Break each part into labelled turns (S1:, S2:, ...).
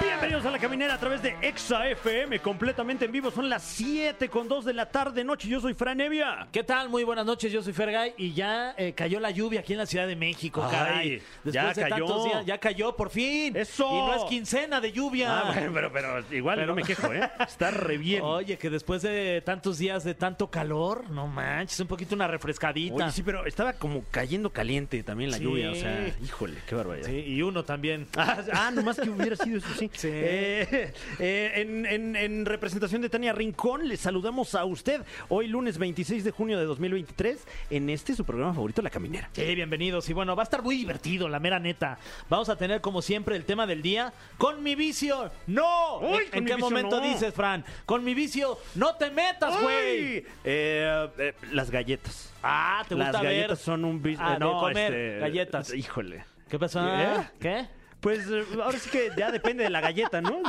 S1: Bienvenidos a la caminera a través de Exa FM, completamente en vivo. Son las 7 con 2 de la tarde, noche. Yo soy Fran Evia.
S2: ¿Qué tal? Muy buenas noches, yo soy Fergay y ya eh, cayó la lluvia aquí en la Ciudad de México,
S1: Ay,
S2: caray. Después
S1: ya
S2: de
S1: cayó.
S2: tantos días, ya cayó por fin.
S1: ¡Eso!
S2: Y no es quincena de lluvia.
S1: Ah, bueno, pero, pero igual no me quejo, ¿eh? Está re bien.
S2: Oye, que después de tantos días de tanto calor, no manches, un poquito una refrescadita.
S1: Oye, sí, pero estaba como cayendo caliente también la
S2: Sí.
S1: lluvia. O sea, híjole, qué barbaridad.
S2: Sí, y uno también.
S1: Ah, ah, nomás que hubiera sido eso, sí.
S2: Sí.
S1: Eh, eh, en, en- en representación de Tania Rincón, les saludamos a usted hoy lunes 26 de junio de 2023 en este su programa favorito, La Caminera.
S2: Sí, bienvenidos. Y bueno, va a estar muy divertido, la mera neta. Vamos a tener, como siempre, el tema del día. ¡Con mi vicio! ¡No!
S1: Uy,
S2: ¿En-
S1: con
S2: ¿En
S1: mi
S2: qué
S1: vicio,
S2: momento
S1: no.
S2: dices, Fran? ¡Con mi vicio! ¡No te metas, güey!
S1: ¡Ay! Eh, eh, las galletas.
S2: Ah, te gusta
S1: las
S2: ver.
S1: galletas son un bis-
S2: Ah,
S1: eh, no,
S2: de comer
S1: este,
S2: galletas.
S1: Híjole.
S2: ¿Qué pasó?
S1: ¿Eh?
S2: ¿Qué?
S1: Pues eh, ahora sí que ya depende de la galleta, ¿no?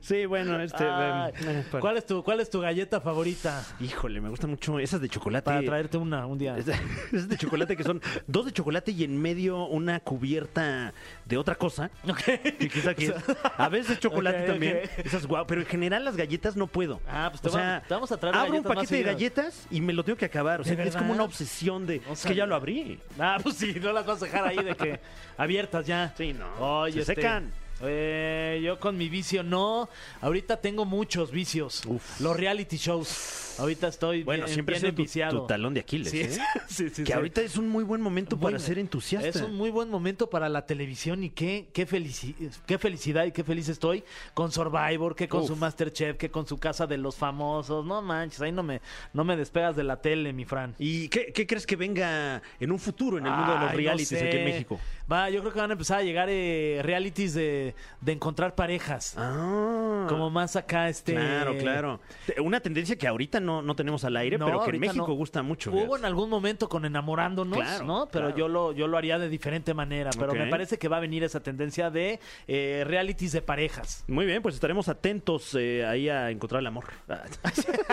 S1: sí, bueno, este.
S2: Ay,
S1: eh, bueno.
S2: Ah, ¿cuál, es tu, ¿Cuál es tu galleta favorita?
S1: Híjole, me gustan mucho esas de chocolate.
S2: Para traerte una un día.
S1: Es de, es de chocolate que son dos de chocolate y en medio una cubierta de otra cosa.
S2: Ok.
S1: Y quizá que es- A veces chocolate
S2: Ok,
S1: también.
S2: ok.
S1: Esas guau, pero en general las galletas no puedo.
S2: Ah, pues te
S1: O sea,
S2: vamos- te vamos a traer
S1: Abro un
S2: galletas más
S1: paquete de
S2: seguidas.
S1: galletas y me lo tengo que acabar. O
S2: ¿De
S1: sea, es como
S2: verdad?
S1: una obsesión de
S2: No
S1: es que ya
S2: sabía.
S1: lo abrí.
S2: Ah, pues sí, no las vas a dejar ahí de que abiertas ya.
S1: Sí, no,
S2: Oye,
S1: se
S2: este,
S1: secan.
S2: eh, yo con mi vicio no. Ahorita tengo muchos vicios.
S1: Uf.
S2: Los reality shows. Ahorita estoy
S1: Bueno,
S2: bien,
S1: siempre
S2: bien
S1: es tu,
S2: enviciado.
S1: tu talón de Aquiles.
S2: Sí,
S1: ¿eh?
S2: sí, sí,
S1: que
S2: sí.
S1: ahorita es un muy buen momento para
S2: Bueno,
S1: ser entusiasta.
S2: Es un muy buen momento para la televisión y qué, qué, felici- qué felicidad y qué feliz estoy con Survivor, que con
S1: Uf.
S2: su Masterchef, que con su casa de los famosos. No manches, ahí no me, no me despegas de la tele, mi Fran.
S1: ¿Y qué, qué crees que venga en un futuro en el mundo de los
S2: Ay, no
S1: realities aquí en
S2: sé.
S1: México?
S2: Va, yo creo que van a empezar a llegar eh, realities de, de encontrar parejas.
S1: Ah.
S2: Como más acá, este.
S1: Claro, claro. Te- Una tendencia que ahorita no, no tenemos al aire,
S2: No,
S1: pero que en
S2: ahorita
S1: México
S2: no.
S1: gusta mucho.
S2: Hubo en
S1: fíjate.
S2: algún momento con enamorándonos,
S1: Claro,
S2: ¿no? Pero
S1: claro.
S2: yo lo yo lo haría de diferente manera. Pero
S1: Ok.
S2: me parece que va a venir esa tendencia de eh, realities de parejas.
S1: Muy bien, pues estaremos atentos eh, ahí a encontrar el amor. Ah.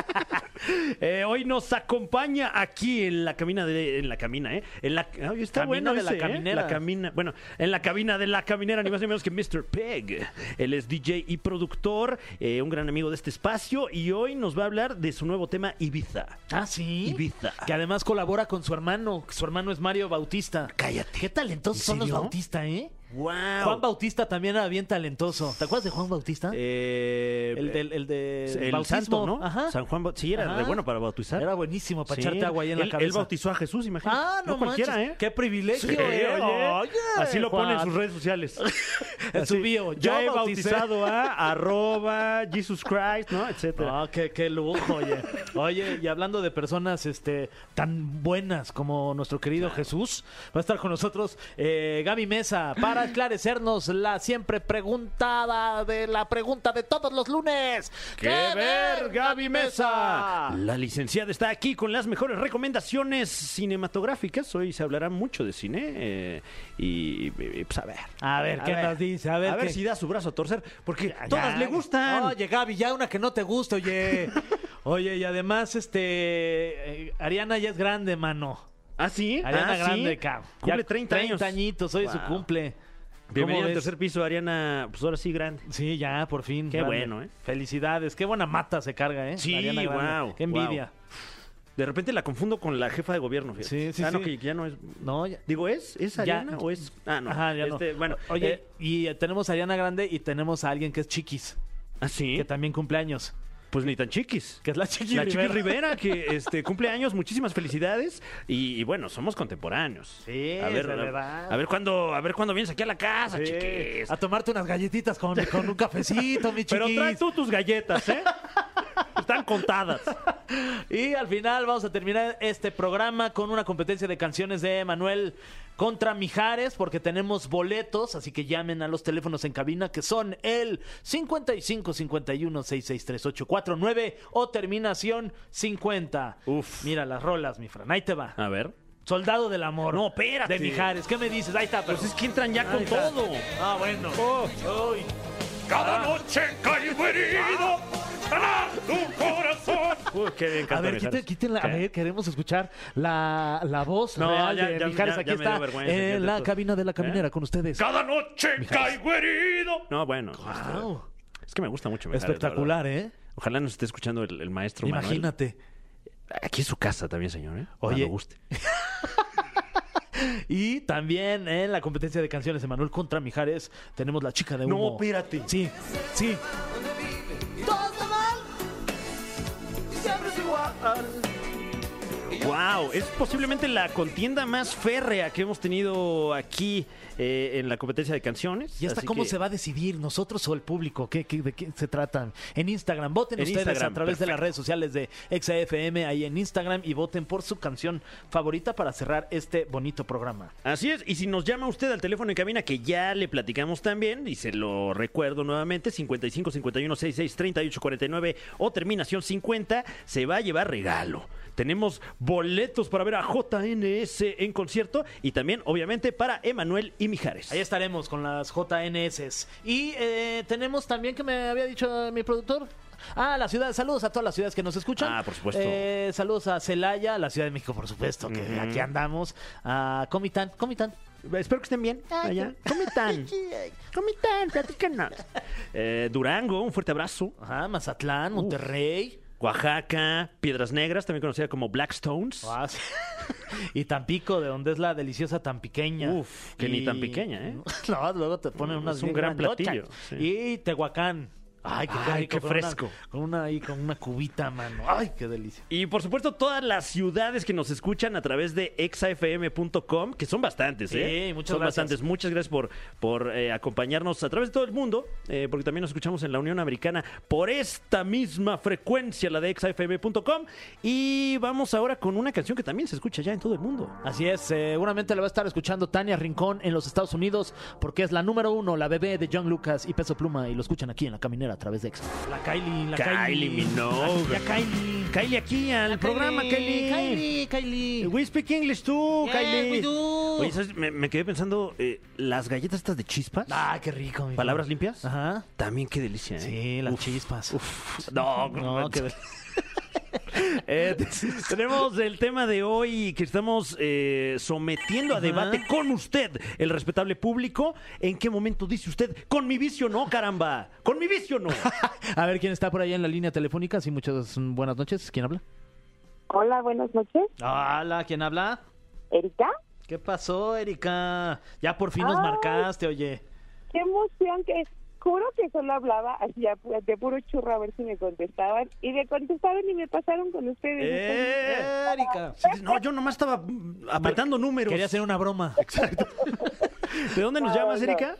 S1: Eh, hoy nos acompaña aquí en la camina de en la camina, ¿eh? En la ay, está
S2: Camina
S1: bueno
S2: de la
S1: ese, ¿eh?
S2: caminera.
S1: La camina, bueno, en la cabina de la caminera ni más ni menos que Mr. Peg. Él es DJ y productor, eh, un gran amigo de este espacio y hoy nos va a hablar de su nuevo tema Ibiza.
S2: Ah, sí.
S1: Ibiza.
S2: Que además colabora con su hermano. Su hermano es Mario Bautista.
S1: Cállate.
S2: Qué talentosos
S1: ¿En
S2: son los
S1: serio?
S2: Bautista, ¿eh?
S1: Wow.
S2: Juan Bautista también era bien talentoso. ¿Te acuerdas de Juan Bautista?
S1: Eh,
S2: el del el de
S1: el santo, ¿no?
S2: Ajá.
S1: San Juan Bau- sí era
S2: Ajá.
S1: re bueno para bautizar.
S2: Era buenísimo para
S1: Sí.
S2: echarte agua ahí en la
S1: Él-
S2: cabeza.
S1: Él bautizó a Jesús, imagínate.
S2: Ah, no,
S1: cualquiera,
S2: manches.
S1: ¿eh?
S2: Qué privilegio,
S1: Sí,
S2: eh.
S1: oye.
S2: Oye,
S1: Así lo pone en
S2: Juan.
S1: sus redes sociales.
S2: En su
S1: Así,
S2: bio,
S1: Ya
S2: yo
S1: he
S2: bauticé".
S1: bautizado a arroba Jesus Christ, ¿no? Etcétera.
S2: Ah, qué, qué lujo, oye. Oye, y hablando de personas este, tan buenas como nuestro querido Jesús, va a estar con nosotros eh, Gaby Mesa para esclarecernos la siempre preguntada de la pregunta de todos los lunes.
S1: La licenciada está aquí con las mejores recomendaciones cinematográficas. Hoy se hablará mucho de cine eh, y, y, pues a ver.
S2: A ver, ¿qué nos dice? A ver, qué-
S1: si da su brazo a torcer, porque
S2: Ya,
S1: todas
S2: ya.
S1: le gustan.
S2: Oye, Gaby, ya una que no te gusta, oye. oye, y además, este. eh, Ariana ya es grande, mano.
S1: ¿Ah, sí?
S2: Ariana
S1: Ah, ¿sí?
S2: Grande, cabrón.
S1: Cumple
S2: Ya
S1: 30 años.
S2: añitos, hoy es su
S1: Wow.
S2: cumple.
S1: Bienvenida
S2: ¿Cómo
S1: al
S2: ves?
S1: tercer piso, Ariana. Pues ahora sí, grande.
S2: Sí, ya, por fin.
S1: Qué bueno, ¿eh?
S2: Felicidades. Qué buena mata se carga, ¿eh?
S1: Sí,
S2: Ariana Grande.
S1: wow,
S2: Qué envidia.
S1: De repente la confundo con la jefa de gobierno, fíjate.
S2: Sí, sí,
S1: ah, no,
S2: sí.
S1: que ya no es.
S2: No, ya.
S1: Digo, ¿es? ¿Es
S2: Ya.
S1: Ariana o es.? Ah, no.
S2: Ajá, ya no.
S1: Este, Bueno,
S2: Oye,
S1: eh,
S2: y eh, tenemos a Ariana Grande y tenemos a alguien que es Chiquis,
S1: ¿ah, sí?
S2: que también cumpleaños,
S1: Pues ni tan chiquis.
S2: que es la Chiquis
S1: La Chiquis Rivera, que este, cumple años, muchísimas felicidades. Y, y bueno, somos contemporáneos.
S2: Sí,
S1: a ver,
S2: de
S1: a-
S2: verdad.
S1: A ver cuándo, a ver cuándo vienes aquí a la casa,
S2: Sí.
S1: chiquis.
S2: Ah, A tomarte unas galletitas con, con un cafecito, mi
S1: Pero trae
S2: chiquis.
S1: tú tus galletas, ¿eh? Están contadas.
S2: Y al final vamos a terminar este programa con una competencia de canciones de Manuel contra Mijares, porque tenemos boletos, así que llamen a los teléfonos en cabina que son el 55 51 663849 o terminación 50.
S1: Uf.
S2: Mira las rolas, mi Fran. Ahí te va.
S1: A ver.
S2: Soldado del amor.
S1: Ah. No, espérate.
S2: De Mijares. ¿Qué me dices? Ahí está.
S1: Pues es que entran ya con todo. Oh. Ah.
S2: Ah, bueno. Ay.
S3: Cada noche caigo herido, ah, tu corazón.
S1: Uy, qué bien
S2: A
S1: canta
S2: ver,
S1: Mijares.
S2: quiten, quítenla. A
S1: Sí.
S2: ver, queremos escuchar la, la voz
S1: No,
S2: real
S1: ya-
S2: de
S1: ya-
S2: Mijares.
S1: ya-
S2: Aquí
S1: ya me dio
S2: está,
S1: vergüenza, ya
S2: en la
S1: todo.
S2: cabina de la caminera,
S1: ¿Eh?
S2: con ustedes.
S3: Cada noche caigo herido.
S1: No, bueno. este,
S2: Wow.
S1: Es que me gusta mucho. Mijares, la verdad.
S2: Espectacular, ¿eh?
S1: Ojalá nos esté escuchando el, el maestro Manuel.
S2: Imagínate.
S1: Aquí es su casa también, señor, ¿eh?
S2: Oye.
S1: Cuando guste.
S2: Y también en la competencia de canciones de Manuel contra Mijares tenemos la chica de
S1: No,
S2: humo.
S1: espérate.
S2: Sí, sí.
S4: Todo está mal y siempre es igual.
S1: Wow, es posiblemente la contienda más férrea que hemos tenido aquí eh, en la competencia de canciones.
S2: ¿Y hasta
S1: Así
S2: cómo
S1: que-
S2: se va a decidir nosotros o el público? ¿Qué, qué- de qué se tratan? En Instagram, voten
S1: En
S2: ustedes
S1: Instagram,
S2: a través de las redes sociales de ExaFM ahí en Instagram y voten por su canción favorita para cerrar este bonito programa.
S1: Así es, y si nos llama usted al teléfono en cabina, que ya le platicamos también, y se lo recuerdo nuevamente, 55 51 66 38 49 o terminación 50, se va a llevar regalo. Tenemos boletos para ver a JNS en concierto y también, obviamente, para Emanuel y Mijares.
S2: Ahí estaremos con las JNS. Y eh, tenemos también que me había dicho mi productor. Ah, la ciudad. Saludos a todas las ciudades que nos escuchan.
S1: Ah, por supuesto.
S2: Eh, saludos a Celaya, a la Ciudad de México, por supuesto, que
S1: Ujú.
S2: aquí andamos. A Comitán, Comitán.
S1: Espero que estén bien allá. Comitan, comitan, platícanos. Eh, Durango, un fuerte abrazo.
S2: Ajá, Mazatlán, Monterrey.
S1: Oaxaca, Piedras Negras, también conocida como Blackstones.
S2: Ah, sí. y Tampico, de donde es la deliciosa tampiqueña.
S1: Uf, que ni tan pequeña, ¿eh?
S2: No, luego te ponen
S1: No,
S2: unas
S1: es un
S2: bien
S1: gran
S2: grandochas.
S1: platillo, sí.
S2: Y Tehuacán. Ay, qué,
S1: Ay,
S2: rico,
S1: qué
S2: con una-
S1: fresco.
S2: Con una, ahí, con una cubita, mano. Ay, qué delicia.
S1: Y por supuesto, todas las ciudades que nos escuchan a través de exafm.com, que son bastantes, ¿eh?
S2: Sí, muchas
S1: son
S2: gracias.
S1: bastantes. Muchas gracias por, por eh, acompañarnos a través de todo el mundo, eh, porque también nos escuchamos en la Unión Americana por esta misma frecuencia, la de exafm.com. Y vamos ahora con una canción que también se escucha ya en todo el mundo.
S2: Así es, eh, seguramente la va a estar escuchando Tania Rincón en los Estados Unidos porque es la número uno, la bebé de John Lucas y Peso Pluma y lo escuchan aquí en la caminera a través de Exa. La Kylie, la
S1: Kylie Minogue.
S2: La Kylie.
S1: Kylie aquí al programa, Kylie.
S2: Kylie, Kylie.
S1: We speak English too,
S2: Yes,
S1: Kylie.
S2: we do.
S1: Oye, ¿sabes? Me, me quedé pensando, eh, las galletas estas de chispas.
S2: Ah, qué rico. mi
S1: ¿Palabras
S2: Fer.
S1: limpias?
S2: Ajá.
S1: También qué delicia, ¿eh?
S2: Sí, las
S1: Uf,
S2: chispas.
S1: uf. No,
S2: No, qué
S1: Eh, t- tenemos el tema de hoy que estamos eh, sometiendo a
S2: Ajá.
S1: debate con usted, el respetable público. ¿En qué momento dice usted, con mi vicio no, caramba? Con mi vicio no.
S2: A ver quién está por allá en la línea telefónica. Sí, muchas mm, buenas noches. ¿Quién habla?
S5: Hola, buenas noches.
S2: Hola, ¿quién habla?
S5: Erika,
S2: ¿Qué pasó, Erika? Ya por fin nos
S5: Ay.
S2: marcaste, oye.
S5: qué emoción que juro que solo hablaba así a pu- de puro churro a ver si me contestaban y me contestaron y me pasaron con ustedes. Entonces,
S1: Eh,
S2: Erika.
S1: sí, no, yo nomás estaba mm, apretando números.
S2: Quería hacer una broma.
S1: ¿De dónde nos
S5: No,
S1: llamas,
S5: no.
S1: Erika?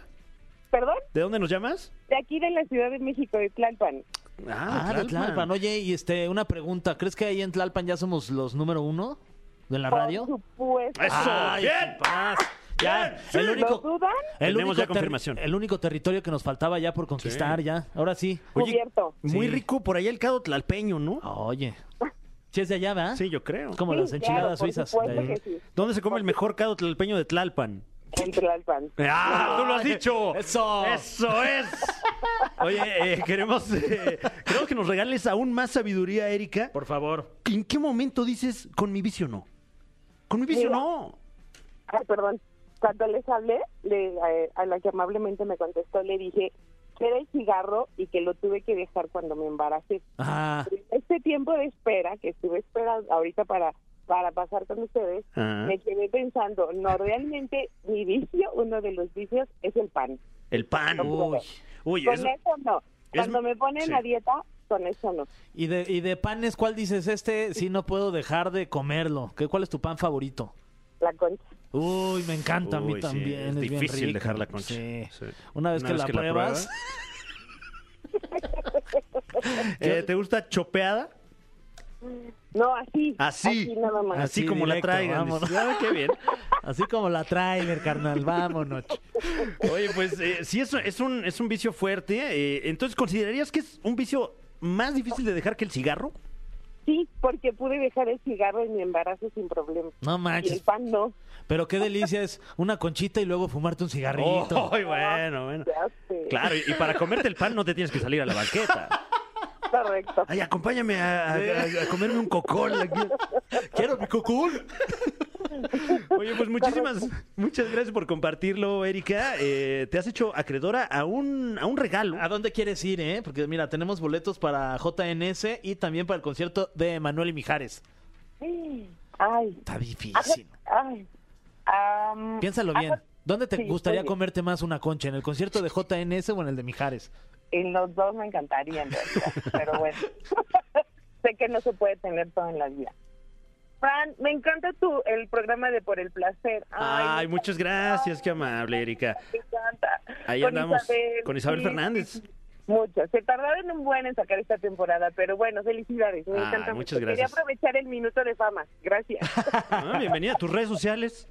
S5: Perdón,
S1: ¿De dónde nos llamas?
S5: de aquí de la Ciudad de México de Tlalpan.
S2: Ah, de Tlalpan. Oye, y este, una pregunta. ¿Crees que ahí en Tlalpan ya somos los número uno de la radio?
S5: Por supuesto.
S1: Eso,
S2: Ay,
S1: bien.
S2: papás. Ya,
S1: Sí,
S2: el
S5: ¿Lo
S2: único...
S5: dudan?
S2: el
S1: Tenemos ya
S2: terri-
S1: confirmación.
S2: El único territorio que nos faltaba ya por conquistar, ya. Ahora sí.
S5: Cubierto.
S1: Muy
S2: Sí.
S1: rico por allá el caldo tlalpeño, ¿no?
S2: Oye. Si es de allá, ¿verdad?
S1: Sí, yo creo.
S2: Como
S5: Sí,
S2: las enchiladas
S5: claro, por
S2: suizas.
S5: supuesto
S2: de ahí.
S5: que sí,
S1: ¿Dónde se come el mejor caldo tlalpeño de Tlalpan?
S5: en Tlalpan.
S1: ¡Ah! ¡Tú lo has dicho!
S2: Eso.
S1: ¡Eso es! Oye, eh, queremos, eh, queremos que nos regales aún más sabiduría, Erika.
S2: Por favor.
S1: ¿En qué momento dices con mi vicio no? Con mi vicio
S5: Mira.
S1: no.
S5: Ay, perdón. Cuando les hablé, le- a- a la que amablemente me contestó, le dije que era el cigarro y que lo tuve que dejar cuando me embaracé.
S2: Ah,
S5: Este tiempo de espera que estuve esperando ahorita para, para pasar con ustedes,
S1: Ah.
S5: me quedé pensando, no, realmente mi vicio, uno de los vicios es el pan.
S1: El pan.
S2: uy.
S1: Uy,
S5: Con
S1: es-
S5: eso no.
S1: es-
S5: Cuando me ponen
S1: sí.
S5: a dieta, con eso no.
S2: ¿Y de, y de panes cuál dices? Este sí no puedo dejar de comerlo. ¿Qué, ¿Cuál es tu pan favorito?
S5: La concha.
S2: Uy, me encanta a
S1: Uy,
S2: mí
S1: sí,
S2: también.
S1: es
S2: Es, bien
S1: difícil
S2: rico.
S1: dejar la concha.
S2: Sí.
S1: Sí.
S2: Una vez que, la, pruebas,
S1: pruebas. Eh, ¿Te gusta chopeada?
S5: No, así.
S1: Así.
S5: nada más.
S1: Así,
S2: Así
S1: como
S2: directo,
S1: la traigan.
S2: vámonos.
S1: Ah, qué bien.
S2: así como la trailer, carnal, vámonos.
S1: Oye, pues eh, sí, es, es, un, es un vicio fuerte. eh, entonces, ¿considerarías que es un vicio más difícil de dejar que el cigarro?
S5: Sí, porque pude dejar el cigarro en mi embarazo sin problema.
S2: No
S5: Y el
S2: manches.
S5: pan no.
S2: Pero qué delicia es una conchita y luego fumarte un cigarrito.
S1: Oh, Ay, bueno, bueno.
S5: Ya sé.
S1: Claro, y, y para comerte el pan no te tienes que salir a la banqueta.
S5: Correcto.
S1: Ay, acompáñame a, a- a comerme un cocol. Quiero mi cocol. Oye, pues muchísimas, muchas gracias por compartirlo, Erika. Eh, te has hecho acreedora a un, a un regalo.
S2: ¿A dónde quieres ir, eh? Porque mira, tenemos boletos para JNS y también para el concierto de Manuel y Mijares.
S5: Ay.
S2: Está
S5: Hace-
S2: difícil.
S5: ay. Am,
S2: Piénsalo
S5: hace-
S2: bien. ¿Dónde te
S5: Sí,
S2: gustaría
S5: oye,
S2: comerte más una concha? ¿En el concierto de JNS o en el de Mijares?
S5: En los dos me encantaría, en realidad, pero bueno. sé que no se puede tener todo en la vida. Fran, me encanta tu, el programa de Por el Placer.
S1: Ay,
S5: me
S1: muchas gracias, qué amable, Erika.
S5: Me encanta.
S1: Ahí
S5: Con
S1: andamos con Isabel
S5: sí,
S1: Fernández.
S5: sí, sí. Muchas. Se tardaron un buen en sacar esta temporada, pero bueno, felicidades. Me
S1: Ay,
S5: encanta
S1: muchas
S5: mucho.
S1: gracias.
S5: Quería aprovechar el minuto de fama. Gracias.
S1: Ah, bienvenida a tus redes sociales.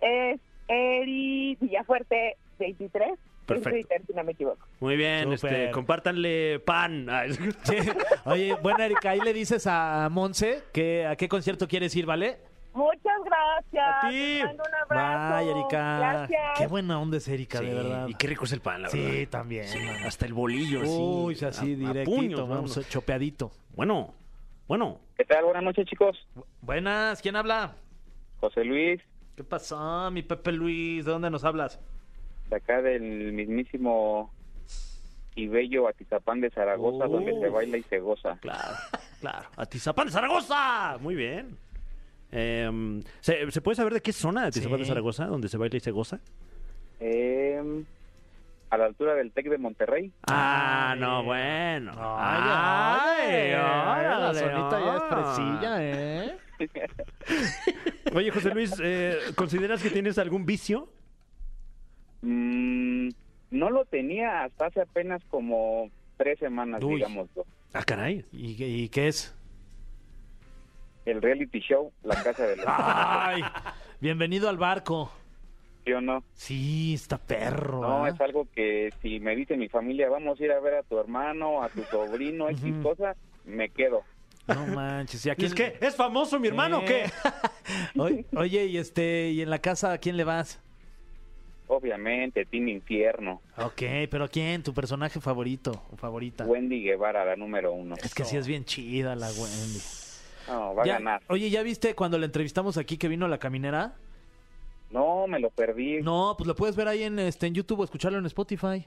S5: es Eri Villafuerte 23.
S1: Perfecto.
S5: En Twitter, si no me equivoco.
S1: Muy bien,
S2: Súper.
S1: este, compártanle pan. Ay,
S2: Sí. Oye, bueno, Erika, ahí le dices a Monse que a qué concierto quieres ir, ¿vale?
S5: Muchas gracias.
S1: A ti.
S5: Te mando un abrazo.
S2: Bye, Erika.
S5: Gracias.
S2: Qué buena onda es Erika,
S1: Sí,
S2: de verdad.
S1: Y qué rico es el pan, la verdad.
S2: Sí, también. mano.
S1: Hasta el bolillo, así.
S2: Uy, sí, así
S1: a- a
S2: directito,
S1: puños,
S2: vamos,
S1: vámonos.
S2: chopeadito.
S1: Bueno, bueno.
S6: ¿Qué tal? Buenas noches, chicos.
S2: Buenas, ¿quién habla?
S6: José Luis,
S2: ¿Qué pasó, mi Pepe Luis? ¿De dónde nos hablas?
S6: de acá del mismísimo y bello Atizapán de Zaragoza,
S1: Uf.
S6: donde se baila y se goza.
S1: Claro, claro. Atizapán de Zaragoza. Muy bien. Em, ¿se, se puede saber de qué zona de Atizapán de
S2: Sí.
S1: Zaragoza, donde se baila y se goza?
S6: Em, a la altura del TEC de Monterrey.
S1: Ah,
S2: Ay.
S1: no, bueno.
S2: Ay, ah.
S1: órale, órale.
S2: ¿eh?
S1: Oye, José Luis, eh, ¿consideras que tienes algún vicio?
S6: Mm, no lo tenía hasta hace apenas como tres semanas,
S2: Uy.
S6: digámoslo.
S1: Ah, caray.
S2: ¿Y, qué- y qué es?
S6: El reality show, La Casa de los
S2: ¡Ay! Bienvenido al barco.
S6: ¿Sí o no?
S2: Sí, está perro.
S6: No,
S2: ¿eh?
S6: es algo que si me dice mi familia, vamos a ir a ver a tu hermano, a tu sobrino, X
S2: Ujú.
S6: cosa, me quedo.
S2: No manches. ¿Y aquí
S1: ¿Es que es famoso mi hermano o qué?
S2: Oye, oye, y este, ¿y en la casa a quién le vas?
S6: Obviamente, Team Infierno,
S2: Ok, pero ¿quién? ¿Tu personaje favorito o favorita?
S6: Wendy Guevara, la número uno.
S2: Es que sí es bien chida la Wendy.
S6: No, va
S2: Ya-
S6: a ganar.
S2: Oye, ¿ya viste cuando la entrevistamos aquí que vino la caminera?
S6: No, me lo perdí.
S2: No, pues lo puedes ver ahí en este en YouTube o escucharlo en Spotify.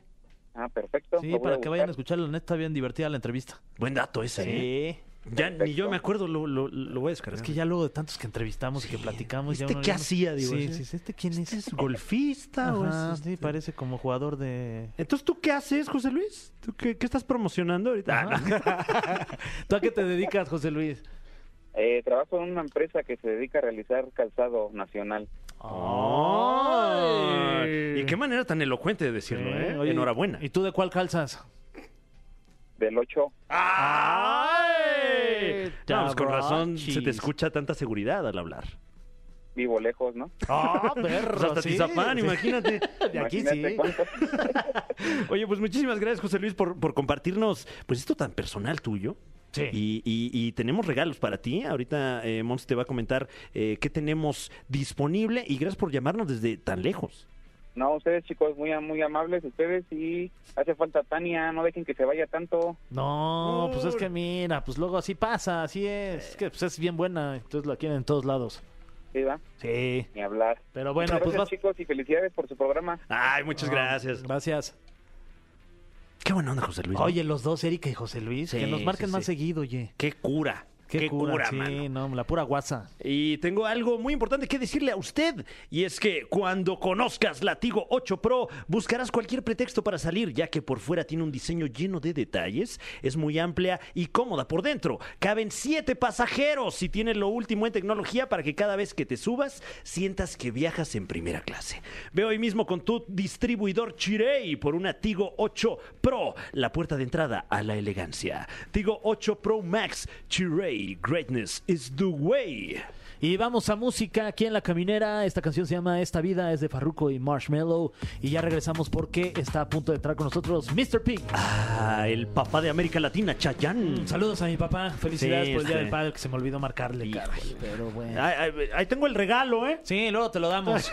S6: Ah, perfecto.
S2: Sí,
S6: lo voy
S2: para
S6: a
S2: que
S6: buscar.
S2: vayan a escucharlo. La neta, está bien divertida la entrevista.
S1: Buen dato ese, ¿eh?
S2: Sí.
S1: Ya ni yo me acuerdo, lo, lo- lo voy a descargar.
S2: Es que ya luego de tantos que entrevistamos y que platicamos. ya
S1: ¿Este
S2: uno
S1: qué
S2: ya no-
S1: hacía, digo,
S2: Sí,
S1: así?
S2: sí, sí, ¿Este quién
S1: ¿Este
S2: es?
S1: es golfista o
S2: Ajá,
S1: es- este.
S2: sí, parece como jugador de...
S1: Entonces, ¿tú qué haces, José Luis? ¿Tú qué, qué estás promocionando ahorita? Ah, no.
S2: ¿Tú a qué te dedicas, José Luis?
S6: Eh, trabajo en una empresa que se dedica a realizar calzado nacional.
S1: Ay. Y qué manera tan elocuente de decirlo, ¿eh?
S2: Oye,
S1: Enhorabuena.
S2: ¿Y tú de cuál calzas?
S6: Del 8.
S1: ¡Ay! No, pues con razón
S2: Chabrachis.
S1: se te escucha tanta seguridad al hablar.
S6: Vivo lejos, ¿no?
S2: ¡Ah, perro!
S1: Pues hasta
S2: sí.
S1: Tizapán,
S2: Sí.
S1: imagínate.
S2: De aquí
S6: Imagínate
S2: sí.
S6: cuánto.
S1: Oye, pues muchísimas gracias, José Luis, por, por compartirnos pues esto tan personal tuyo.
S2: Sí.
S1: Y, y- y tenemos regalos para ti. Ahorita eh, Mons te va a comentar eh, qué tenemos disponible y gracias por llamarnos desde tan lejos.
S6: No, ustedes chicos, muy, muy amables ustedes y hace falta Tania, no dejen que se vaya tanto.
S2: No, pues es que mira, pues luego así pasa, así es. Es que pues es bien buena, entonces la quieren en todos lados.
S6: ¿Sí, va?
S2: Sí.
S6: Ni hablar.
S2: Pero bueno,
S6: Muchas
S2: pues
S6: gracias,
S2: vas-
S6: chicos, y felicidades por su programa.
S1: Ay, muchas gracias.
S2: Gracias.
S1: Ah. Qué buena onda, José Luis. ¿no?
S2: Oye, los dos, Erika y José Luis,
S1: Sí,
S2: que nos marquen
S1: sí,
S2: más
S1: sí.
S2: seguido, oye.
S1: qué cura.
S2: Qué, cura, sí,
S1: mano.
S2: no, la pura guasa.
S1: Y tengo algo muy importante que decirle a usted, y es que cuando conozcas Latigo 8 Pro, buscarás cualquier pretexto para salir, ya que por fuera tiene un diseño lleno de detalles, es muy amplia y cómoda por dentro. Caben 7 pasajeros y tiene lo último en tecnología para que cada vez que te subas sientas que viajas en primera clase. Ve hoy mismo con tu distribuidor Chirey por una Tigo 8 Pro, la puerta de entrada a la elegancia. Tigo 8 Pro Max Chirey, greatness is the way.
S2: Y vamos a música aquí en La Caminera. Esta canción se llama Esta Vida, es de Farruko y Marshmallow. Y ya regresamos porque está a punto de entrar con nosotros Mr. Pink.
S1: Ah, el papá de América Latina, Chayanne.
S2: Saludos a mi papá. Felicidades
S1: Sí,
S2: por el Día
S1: este.
S2: del Padre, que se me olvidó marcarle. caray, pero bueno.
S1: Ahí, ahí- ahí tengo el regalo, ¿eh?
S2: Sí, luego te lo damos.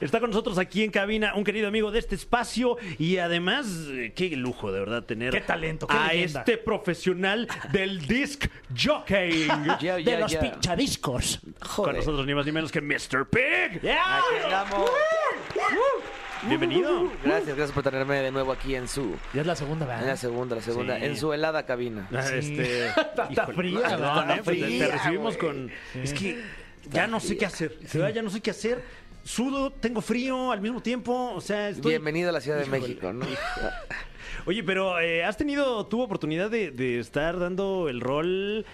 S1: Está con nosotros aquí en cabina un querido amigo de este espacio y además, eh, qué lujo de verdad tener
S2: Qué talento, qué
S1: a
S2: leyenda.
S1: este profesional del disc jockey.
S7: Ya,
S2: de
S7: ya,
S2: los
S7: ya.
S2: pinchadiscos.
S1: con
S7: Joder.
S1: nosotros ni más ni menos que Mr. Pig.
S7: Aquí estamos.
S2: Uh.
S1: Bienvenido.
S7: Gracias, gracias por tenerme de nuevo aquí en su.
S2: Ya es la segunda, ¿verdad?
S7: En la segunda, la segunda.
S1: Sí.
S7: En su helada cabina.
S1: Ah, Este,
S2: Está
S1: híjole,
S2: fría,
S1: perdón,
S2: ¿no? Está
S1: ¿eh? Pues te-
S7: fría,
S1: te recibimos
S7: güey.
S1: con es que ya no sé qué hacer. de verdad, ya no sé qué hacer. Sudo, tengo frío al mismo tiempo, o sea, estoy
S7: Bienvenido a la Ciudad de México, ¿no?
S1: Oye, pero eh, has tenido tu oportunidad de, de estar dando el rol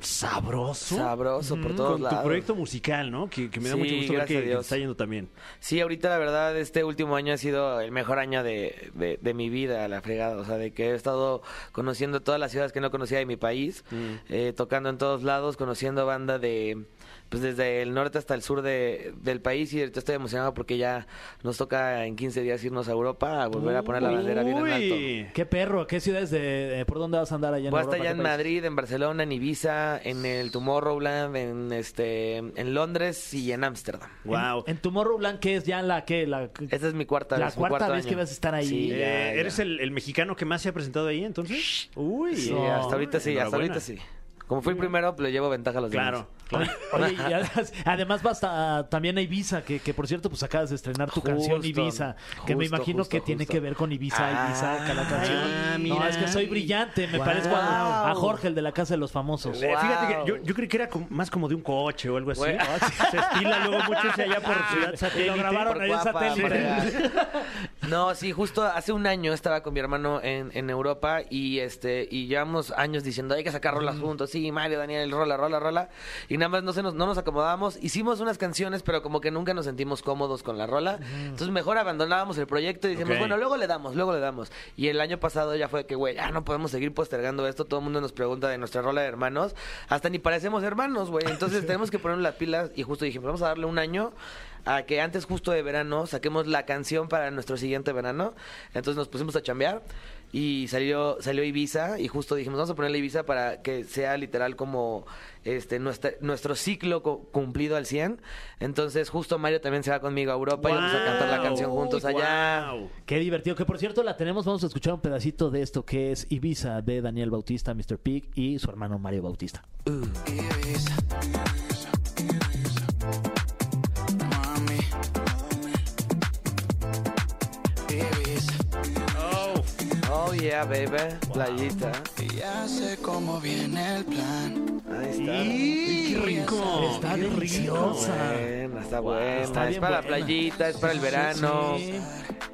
S1: sabroso.
S7: Sabroso por todos
S1: Con
S7: lados.
S1: tu proyecto musical, ¿no? Que, que me da mucho
S7: Sí,
S1: gusto ver
S7: gracias
S1: que,
S7: a
S1: que te
S7: Dios.
S1: está yendo también.
S7: Sí, ahorita la verdad, este último año ha sido el mejor año de, de- de mi vida, la fregada. O sea, de que he estado conociendo todas las ciudades que no conocía de mi país,
S1: Mm.
S7: eh, tocando en todos lados, conociendo banda de. Pues desde el norte hasta el sur de- del país. Y ahorita estoy emocionado porque ya nos toca en 15 días irnos a Europa a volver a poner la bandera bien en alto.
S1: Uy.
S2: Qué perro, ¿qué ciudades de, eh, por dónde vas a andar allá en
S7: Voy a estar
S2: Europa?
S7: ya
S2: ¿Qué
S7: en
S2: país?
S7: Madrid, en Barcelona, en Ibiza, en el Tomorrowland, en este, en Londres y en Ámsterdam.
S1: Wow.
S2: En Tomorrowland, que es ya la que la
S7: Esta es mi cuarta
S2: La
S7: vez. mi
S2: cuarta
S7: cuarto
S2: vez que
S7: año.
S2: vas a estar ahí.
S7: Sí,
S1: Eh,
S7: ya, ya.
S1: ¿Eres el, el mexicano que más se ha presentado ahí entonces? Uy.
S7: Sí,
S2: No,
S7: hasta ahorita sí, hasta
S1: enhorabuena.
S7: ahorita sí. Como fui el primero, pues, le llevo ventaja a los
S1: Claro,
S7: demás.
S1: claro.
S2: Oye, y además, además vas a- también a Ibiza, que, que por cierto, pues acabas de estrenar tu
S7: Justo,
S2: canción Ibiza, que me
S7: justo,
S2: imagino
S7: justo,
S2: que tiene
S7: justo.
S2: que ver con Ibiza, Ibiza,
S7: Ah,
S2: que la canción. No,
S1: mira.
S2: es que soy brillante, me parezco a, a Jorge, el de la Casa de los Famosos.
S1: Eh, Fíjate que
S7: Wow.
S1: yo, yo creí que era como- más como de un coche o algo así.
S7: Güey.
S1: Se estila luego mucho hacia allá por Ciudad Satélite.
S2: grabaron
S7: Por
S2: ahí en
S7: guapa,
S2: satélite.
S7: por edad. No, sí, justo hace un año estaba con mi hermano en, en Europa y este y llevamos años diciendo hay que sacar rolas
S2: Mm.
S7: juntos, sí, Mario, Daniel, rola, rola, rola. Y nada más no se nos, no nos acomodábamos, hicimos unas canciones, pero como que nunca nos sentimos cómodos con la rola. Entonces mejor abandonábamos el proyecto y decíamos,
S1: Ok.
S7: bueno, luego le damos, luego le damos. Y el año pasado ya fue que, güey, ya no podemos seguir postergando esto, todo el mundo nos pregunta de nuestra rola de hermanos, hasta ni parecemos hermanos, güey. Entonces tenemos que poner las pilas y justo dijimos, vamos a darle un año a que antes justo de verano saquemos la canción para nuestro siguiente verano. Entonces nos pusimos a chambear y salió salió Ibiza y justo dijimos, vamos a ponerle Ibiza para que sea literal como este nuestra- nuestro ciclo cu- cumplido al 100. Entonces justo Mario también se va conmigo a Europa y vamos a cantar la
S1: Wow.
S7: canción juntos allá.
S1: Wow.
S2: Qué divertido, que por cierto la tenemos, vamos a escuchar un pedacito de esto que es Ibiza de Daniel Bautista, Mr. Pig y su hermano Mario Bautista.
S7: Oh yeah, baby. Playita.
S8: Ya sé cómo viene el plan.
S7: Ahí está.
S1: ¡Qué rico!
S2: Está
S1: Qué rico.
S2: deliciosa.
S7: Buena, está buena.
S2: está
S7: es
S2: bien
S7: para la
S2: buena.
S7: playita, es para el verano,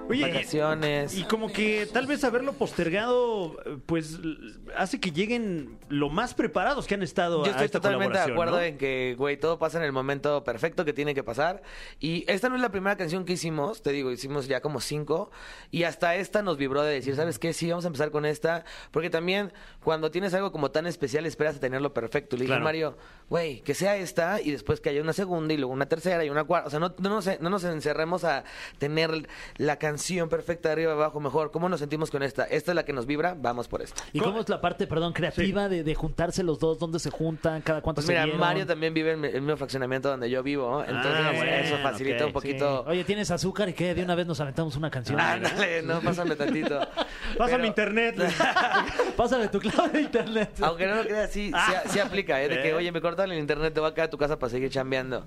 S1: Oye,
S7: vacaciones.
S1: Y como que tal vez haberlo postergado, eh, pues l- hace que lleguen lo más preparados que han estado
S7: Yo
S1: a
S7: estoy
S1: esta
S7: totalmente de
S1: colaboración.
S7: acuerdo
S1: ¿no?
S7: en que, güey, todo pasa en el momento perfecto que tiene que pasar. Y esta no es la primera canción que hicimos, te digo, hicimos ya como cinco. Y hasta esta nos vibró de decir, ¿sabes qué? Sí, vamos a empezar con esta. Porque también cuando tienes algo como tan especial, esperas a tenerlo perfecto. Le dije,
S1: Claro.
S7: Mario, güey, que sea esta y después que haya una segunda y luego una tercera y una cuarta. O sea, no, no nos, no nos encerremos a tener la canción perfecta de arriba abajo mejor. ¿Cómo nos sentimos con esta? Esta es la que nos vibra, vamos por esta.
S2: ¿Y cómo es la parte, perdón, creativa de, de juntarse los dos? ¿Dónde se juntan? ¿Cada cuánto
S7: Pues
S2: se
S7: mira,
S2: vieron?
S7: Mario también vive en mi- el mismo fraccionamiento donde yo vivo, entonces pues,
S1: Ah, bueno,
S7: eso facilita
S1: ok,
S7: un
S2: Sí.
S7: poquito.
S2: Oye, ¿tienes azúcar y qué? De una vez nos aventamos una canción.
S7: Ándale, no, pásame tantito.
S1: Pásame
S7: Pero,
S1: internet.
S2: Pásame tu clave de internet.
S7: Aunque no lo creas, sí, sí- sí, aplica, ¿eh? De que,
S1: Eh.
S7: oye, me cortan el internet, te voy a quedar a tu casa para seguir chambeando.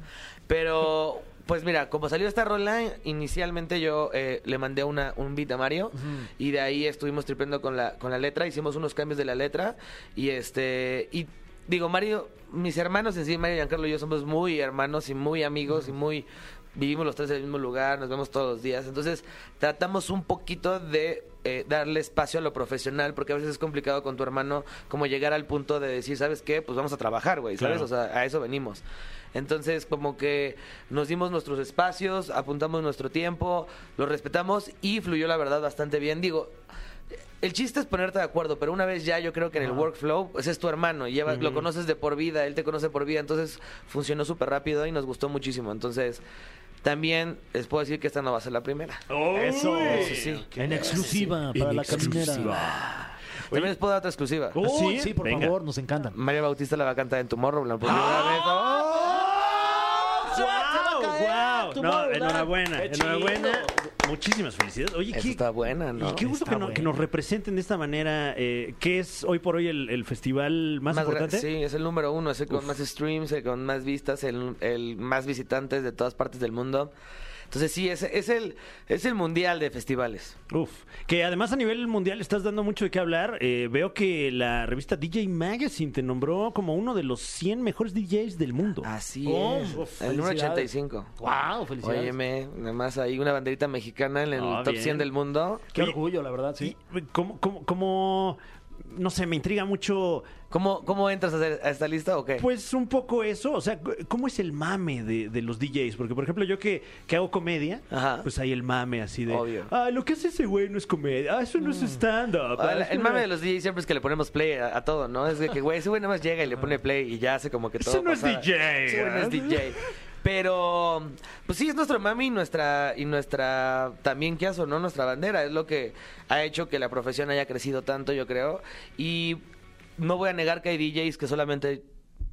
S7: Pero, pues mira, como salió esta rola, inicialmente yo eh, le mandé una, un beat a Mario y de ahí estuvimos tripeando con la, con la letra, hicimos unos cambios de la letra y este. Y digo, Mario, mis hermanos en sí, Mario, Giancarlo y yo somos muy hermanos y muy amigos y muy. Vivimos los tres en el mismo lugar, nos vemos todos los días. Entonces, tratamos un poquito de eh, darle espacio a lo profesional, porque a veces es complicado con tu hermano como llegar al punto de decir, ¿sabes qué? Pues vamos a trabajar, güey, ¿sabes?
S1: Claro.
S7: O sea, a eso venimos. Entonces, como que nos dimos nuestros espacios, apuntamos nuestro tiempo, lo respetamos y fluyó la verdad bastante bien. Digo, El chiste es ponerte de acuerdo, pero una vez ya yo creo que en el workflow, pues es tu hermano, y lleva- lo conoces de por vida, él te conoce por vida, entonces funcionó súper rápido y nos gustó muchísimo. Entonces, también les puedo decir que esta no va a ser la primera.
S2: Eso.
S7: Eso sí.
S2: En exclusiva para la caminera.
S7: También les puedo dar otra exclusiva.
S2: Uy, sí, por
S1: Venga.
S2: favor, nos encantan.
S7: María Bautista la va a cantar en Tomorrowland
S1: ¡Ah!
S7: por primera vez. ¡Oh!
S1: ¡Wow!
S2: tu
S1: ¡Oh! No,
S2: Mauro,
S1: enhorabuena,
S2: qué chido.
S1: enhorabuena. Muchísimas felicidades. Oye,
S7: Esa
S1: qué,
S7: está buena, ¿no?
S1: Y qué gusto
S2: Está
S1: que, no- que
S2: buena.
S1: nos representen de esta manera, eh, que es hoy por hoy el, el festival más,
S7: Más gra-
S1: importante.
S7: Sí, es el número uno, es el con más streams, el con más vistas, el, el más visitantes de todas partes del mundo. Entonces sí, es, es, el, es el mundial de festivales.
S1: Uf, que además a nivel mundial estás dando mucho de qué hablar. Eh, veo que la revista DJ Magazine te nombró como uno de los 100 mejores DJs del mundo.
S7: Así
S2: Oh,
S7: es.
S2: uf,
S7: el número
S2: felicidades.
S7: 85.
S2: Wow, felicidades.
S7: Óyeme, nada más ahí una banderita mexicana en el
S1: Ah,
S7: top
S1: bien.
S7: 100 del mundo.
S2: Qué
S1: Oye,
S2: orgullo, la verdad, sí.
S1: Y, ¿Cómo, cómo, cómo- no sé, me intriga mucho,
S7: ¿Cómo, cómo entras a, hacer- a esta lista o qué?
S1: pues un poco eso, o sea, ¿cómo es el mame de, de los DJs? Porque, por ejemplo, yo que, que hago comedia,
S7: Ajá.
S1: pues hay el mame así de,
S7: Obvio.
S1: ah, lo que hace ese güey no es comedia, ah, eso no es stand-up.
S7: Ah,
S1: ah,
S7: el,
S1: eso
S7: el
S1: no
S7: mame
S1: es-
S7: de los DJs siempre es que le ponemos play a, a todo, ¿no? Es de que, güey, ese güey nada más llega y le pone play y ya hace como que todo.
S1: Ese no es
S7: pasada.
S1: DJ,
S7: Ese güey no
S1: ¿eh?
S7: es DJ. Pero, pues sí, es nuestro mami y nuestra, y nuestra, también, ¿qué hace, no? Nuestra bandera. Es lo que ha hecho que la profesión haya crecido tanto, yo creo. Y no voy a negar que hay DJs que solamente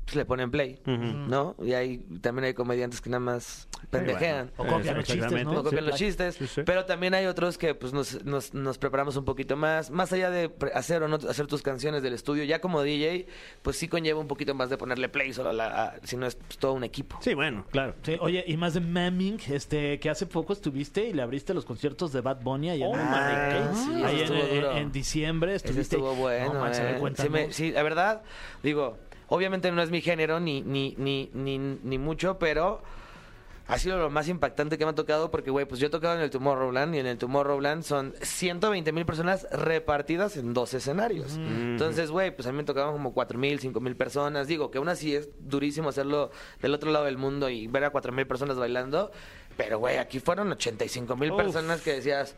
S7: pues, le ponen play, ¿no? Y hay, también hay comediantes que nada más pendejean.
S2: O copian los chistes,
S1: Exactamente.
S2: ¿no?
S7: No
S1: Sí,
S7: copian los chistes,
S1: Sí, sí.
S7: pero también hay otros que pues nos, nos, nos preparamos un poquito más. Más allá de pre- hacer o no hacer tus canciones del estudio, ya como DJ, pues sí conlleva un poquito más de ponerle play solo a la- a- si no es pues, todo un equipo.
S1: Sí, bueno, claro.
S2: Sí, oye, y más de Mamming, este, que hace poco estuviste y le abriste los conciertos de Bad Bunny ahí en,
S1: Oh my God.
S7: Sí,
S2: ahí en,
S7: estuvo duro.
S2: en- en diciembre.
S7: Ese
S2: Estuviste
S7: estuvo
S2: y-
S7: bueno.
S2: No, manches, a ver,
S7: eh.
S2: cuéntanos.
S7: Sí, me- sí, la verdad, digo, obviamente no es mi género ni, ni, ni, ni, ni mucho, pero ha sido lo más impactante que me ha tocado porque, güey, pues yo he tocado en el Tomorrowland y en el Tomorrowland son 120 mil personas repartidas en dos escenarios. Entonces, güey, pues a mí me tocaban como 4 mil, 5 mil personas. Digo, que aún así es durísimo hacerlo del otro lado del mundo y ver a 4 mil personas bailando. Pero, güey, aquí fueron 85 mil
S1: Uf.
S7: personas que decías,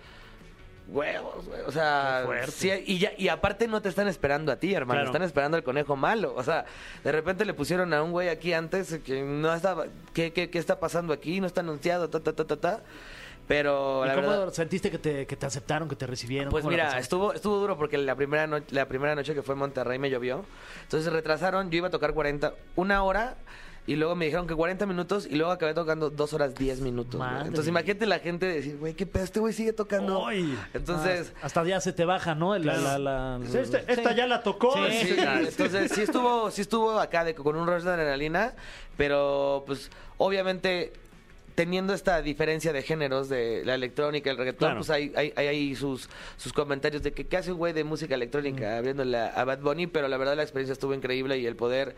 S7: huevos, güey. O sea,
S1: Qué fuerte.
S7: sí, y, ya, y aparte no te están esperando a ti, hermano.
S1: Claro.
S7: Están esperando al conejo malo. O sea, de repente le pusieron a un güey aquí antes que no estaba. ¿Qué, qué, qué está pasando aquí? No está anunciado, ta, ta, ta, ta, ta. Pero
S2: ¿Y
S7: la
S2: cómo
S7: verdad.
S2: sentiste que te, que te aceptaron, que te recibieron?
S7: Pues
S2: ¿Cómo la
S7: mira,
S2: pasaste?
S7: estuvo, estuvo duro porque la primera, noche, la primera noche que fue en Monterrey me llovió. Entonces retrasaron, yo iba a tocar 40, una hora y luego me dijeron que 40 minutos y luego acabé tocando dos horas 10 minutos. güey.
S2: Madre.
S7: Entonces imagínate la gente decir, güey, qué pedo, este güey sigue tocando.
S1: Ay.
S7: Entonces,
S2: Ah, hasta ya se te baja, ¿no? La- la- la-
S1: Pues Esta, esta
S2: Sí.
S1: ya la tocó.
S7: Mm. Pues
S1: ¿eh?
S7: Sí, claro. Entonces sí estuvo, sí estuvo acá de- con un rush de adrenalina, pero pues obviamente teniendo esta diferencia de géneros de la electrónica, el reggaetón,
S1: Claro.
S7: pues hay, hay, hay ahí sus, sus comentarios de que qué hace un güey de música electrónica abriéndole a Bad Bunny, pero la verdad la experiencia estuvo increíble y el poder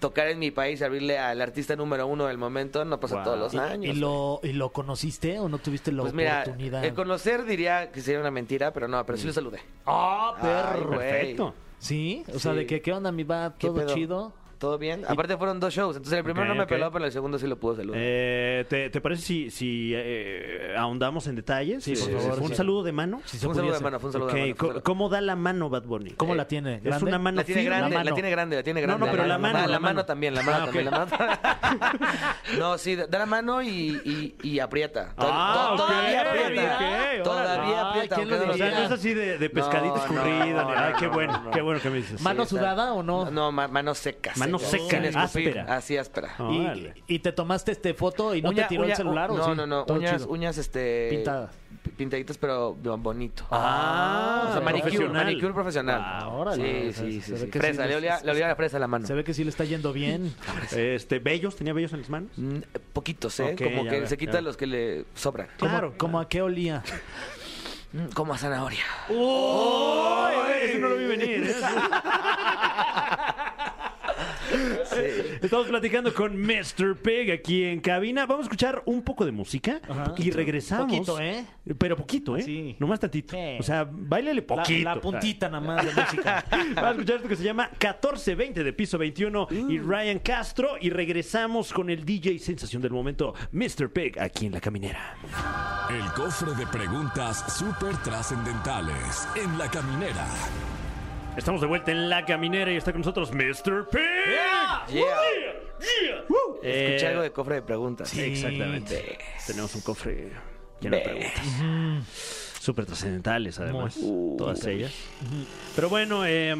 S7: tocar en mi país, abrirle al artista número uno del momento, no pasa
S1: Wow.
S7: todos los
S2: ¿Y-
S7: años.
S2: ¿Y, lo, ¿Y lo conociste o no tuviste la
S7: pues mira,
S2: oportunidad? Mm.
S7: el conocer diría que sería una mentira, pero no, pero sí lo saludé.
S2: ¡Ah,
S7: Ay,
S2: perro!
S7: güey.
S1: Perfecto.
S2: ¿Sí? O sea,
S7: Sí.
S2: de que, ¿qué onda, mi va?
S7: ¿Qué
S2: ¿Todo
S7: pedo?
S2: chido?
S7: ¿Todo bien? Aparte fueron dos shows, entonces el primero
S1: Ok,
S7: no me
S1: ok.
S7: peló, pero el segundo sí lo pudo saludar.
S1: Eh, ¿te, te parece si, si, eh, ahondamos en detalles? Sí,
S2: por
S7: favor,
S1: ¿Un
S7: sí.
S1: saludo de mano?
S2: Si se
S7: Fue un saludo de
S2: pudiese.
S7: mano, fue eh, un saludo de
S1: Ok,
S7: mano, fue un
S1: ¿cómo-
S7: saludo.
S1: ¿Cómo da la mano Bad Bunny?
S2: ¿Cómo la tiene?
S1: Es una mano
S7: La tiene
S1: firme.
S7: grande, la,
S2: mano.
S7: tiene grande, la tiene grande.
S1: no, pero la mano,
S7: La,
S1: la
S7: mano.
S1: mano.
S7: también, la mano también, la mano. no, sí, da la mano y, y, y aprieta. To-
S1: Ah,
S7: to-
S1: ok,
S7: todavía
S1: ok,
S7: aprieta.
S1: órale.
S7: todavía
S2: Ay,
S7: aprieta.
S2: ¿quién lo
S7: aunque no
S1: O sea, no es así de, de pescadito
S7: No,
S1: escurrido.
S7: no,
S1: ni- Ay, qué
S7: no,
S1: bueno,
S7: no.
S1: qué bueno que me dices.
S2: ¿Mano
S7: Sí, está-
S2: sudada o no?
S7: No, ma- mano seca.
S1: Mano seca,
S7: sin escupir,
S1: áspera.
S7: Así áspera.
S1: Ah,
S2: ¿Y,
S1: órale.
S2: y te tomaste este foto y no
S7: Uña-
S2: te tiró
S7: uña-
S2: el celular
S7: u-
S2: o
S7: no,
S2: sí?
S7: No, no,
S2: Todo
S7: Uñas,
S2: chido.
S7: uñas este,
S2: Pintadas.
S7: p- Pintaditas, pero bonito.
S1: Ah,
S7: o sea, manicure
S1: profesional.
S7: profesional. Manicure profesional.
S2: Ah, órale.
S7: Sí,
S2: O sea,
S7: sí,
S2: se
S7: sí.
S2: ve
S7: sí.
S2: que sí
S7: Fresa,
S2: les-
S7: le olía, le olía la fresa a la mano.
S2: Se ve que sí le está yendo bien.
S1: Este, ¿Bellos? ¿Tenía bellos en las manos?
S7: Mm, Poquitos, ¿eh?
S1: Ok,
S7: Como
S1: ya
S7: que
S1: veo,
S7: se
S1: ya
S7: quita
S1: veo.
S7: los que le sobran.
S1: Claro.
S2: ¿Cómo, cómo a qué olía?
S7: Mm, Como a zanahoria.
S1: Ay, güey, eso no lo vi venir. ¿eh? Estamos platicando con Mr. Peg aquí en cabina. Vamos a escuchar un poco de música y regresamos.
S2: Poquito, ¿eh?
S1: Pero poquito, ¿eh?
S2: Sí.
S1: Nomás tantito.
S2: Sí.
S1: O sea, bailale
S2: La,
S1: poquito.
S2: la puntita nada más de música.
S1: Vamos a escuchar esto que se llama 1420 de piso 21 y
S2: Uh.
S1: Ryan Castro. Y regresamos con el DJ Sensación del Momento, Mr. Peg, aquí en la caminera.
S9: El cofre de preguntas súper trascendentales en la caminera.
S1: Estamos de vuelta en la caminera y está con nosotros Mr. Pig.
S7: Yeah.
S1: Woo.
S7: Escuché
S1: Eh,
S7: algo de cofre de preguntas.
S1: Exactamente. Tenemos un cofre lleno de
S7: Ve.
S1: preguntas. Súper trascendentales, además. todas ellas. Pero bueno, eh,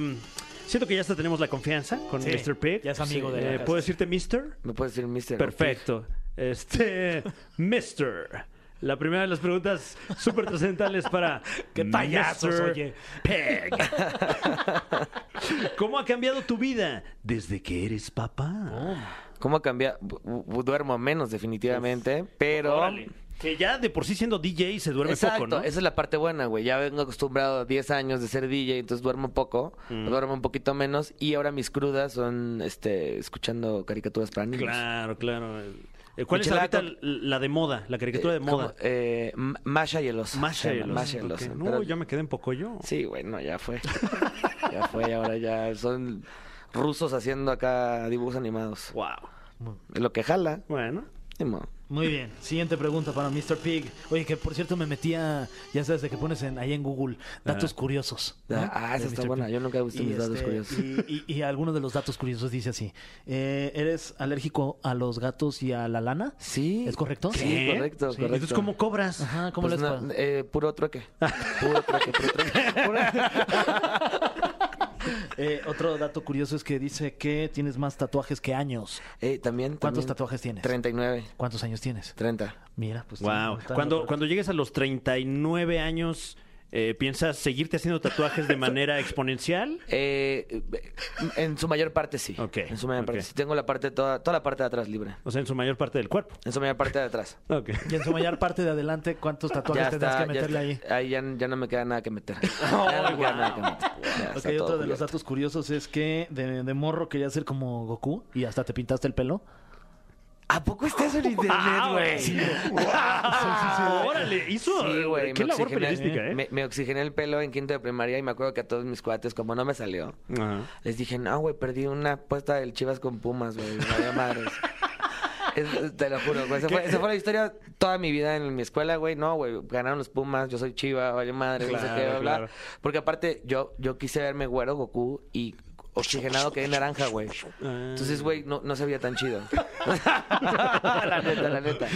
S1: siento que ya hasta tenemos la confianza con
S2: Sí,
S1: Mr. Pig.
S2: ya es amigo de la
S1: Eh,
S2: casa.
S1: ¿Puedo decirte Mr.?
S7: ¿Me puedes decir, mister?
S1: Perfecto. Este, Mr. La primera de las preguntas súper trascendentales para.
S2: Qué payasos,
S1: Mr.
S2: oye.
S1: Pig. ¿Cómo ha cambiado tu vida desde que eres papá?
S2: Oh,
S7: ¿Cómo cambia? Bu- bu- Duermo menos, definitivamente, pero...
S1: Órale. Que ya de por sí siendo DJ se duerme
S7: Exacto,
S1: poco, ¿no?
S7: esa es la parte buena, güey. Ya vengo acostumbrado a 10 años de ser DJ, entonces duermo poco,
S1: Mm.
S7: duermo un poquito menos y ahora mis crudas son este escuchando caricaturas para niños.
S1: Claro, claro. Eh, ¿Cuál
S7: Michelato.
S1: es ahorita l- la de moda, la caricatura de
S7: ¿Cómo?
S1: moda?
S7: Eh, M- Masha y el oso.
S1: Masha
S7: se
S1: y
S7: llama,
S1: el oso.
S7: Masha y el
S1: Ok.
S7: oso.
S1: No,
S7: Pero-
S1: ya me quedé en poco yo.
S7: Sí, güey, no, ya fue. ya fue, y ahora ya son rusos haciendo acá dibujos animados.
S1: Wow.
S7: Lo que jala.
S1: Bueno.
S7: ni modo.
S2: Muy bien, siguiente pregunta para Mr. Pig. Oye, que por cierto me metía, ya sabes, de que pones en, ahí en Google datos curiosos. ¿no?
S7: Ah, esa
S2: De
S7: está
S2: Mr.
S7: buena.
S2: Pig.
S7: Yo nunca he visto
S2: Y,
S7: mis datos
S2: este,
S7: curiosos.
S2: Y, y- y alguno de los datos curiosos dice así: eh, ¿Eres alérgico a los gatos y a la lana?
S7: Sí.
S2: ¿Es correcto?
S7: Sí,
S1: ¿Qué?
S7: correcto,
S1: Sí.
S7: correcto.
S1: Entonces, ¿cómo cobras?
S2: Ajá, ¿cómo
S7: Pues
S2: les
S7: no, eh, puro trueque. Puro trueque, puro trueque.
S2: Eh, otro dato curioso es que dice que tienes más tatuajes que años.
S7: Eh, también,
S2: ¿Cuántos
S7: también.
S2: tatuajes tienes?
S7: 39.
S2: ¿Cuántos años tienes?
S7: 30.
S2: Mira, pues.
S1: Wow.
S2: está-
S1: Cuando, cuando llegues a los 39 años, eh, ¿piensas seguirte haciendo tatuajes de manera exponencial?
S7: Eh, en su mayor parte sí.
S1: Ok,
S7: En su mayor parte
S1: ok.
S7: sí. Tengo la parte toda, toda la parte de atrás libre.
S1: O sea, en su mayor parte del cuerpo.
S7: En su mayor parte de atrás.
S1: Ok.
S2: Y en su mayor parte de adelante, ¿cuántos tatuajes tendrás que
S7: ya
S2: meterle ahí? Oh,
S7: está. Ahí ya, ya no me queda nada que meter. Ya no me queda nada que meter. Ya
S2: Ok,
S7: está todo
S2: otro de los
S7: cubierto.
S2: datos curiosos es que de, de morro querías ser como Goku y hasta te pintaste el pelo.
S7: ¿A poco estás en internet, güey?
S1: Sí, Ah, Órale, hizo.
S7: Sí, güey.
S1: qué
S7: me
S1: labor
S7: oxigené-
S1: periodística, ¿eh?
S7: Me, me oxigené el pelo en quinto de primaria y me acuerdo que a todos mis cuates, como no me salió,
S1: Ajá.
S7: les dije, no, güey, perdí una apuesta del Chivas con Pumas, güey. Me valió madres". Es- te lo juro, güey. Esa fue, esa fue la historia toda mi vida en mi escuela, güey. No, güey. Ganaron los Pumas, yo soy Chiva, vale madre, no sé qué, bla,
S1: Claro,
S7: bla.
S1: claro.
S7: Porque aparte, yo, yo quise verme güero, Goku y oxigenado quedé naranja, güey. Entonces, güey, no, no se veía tan chido. la neta, la neta.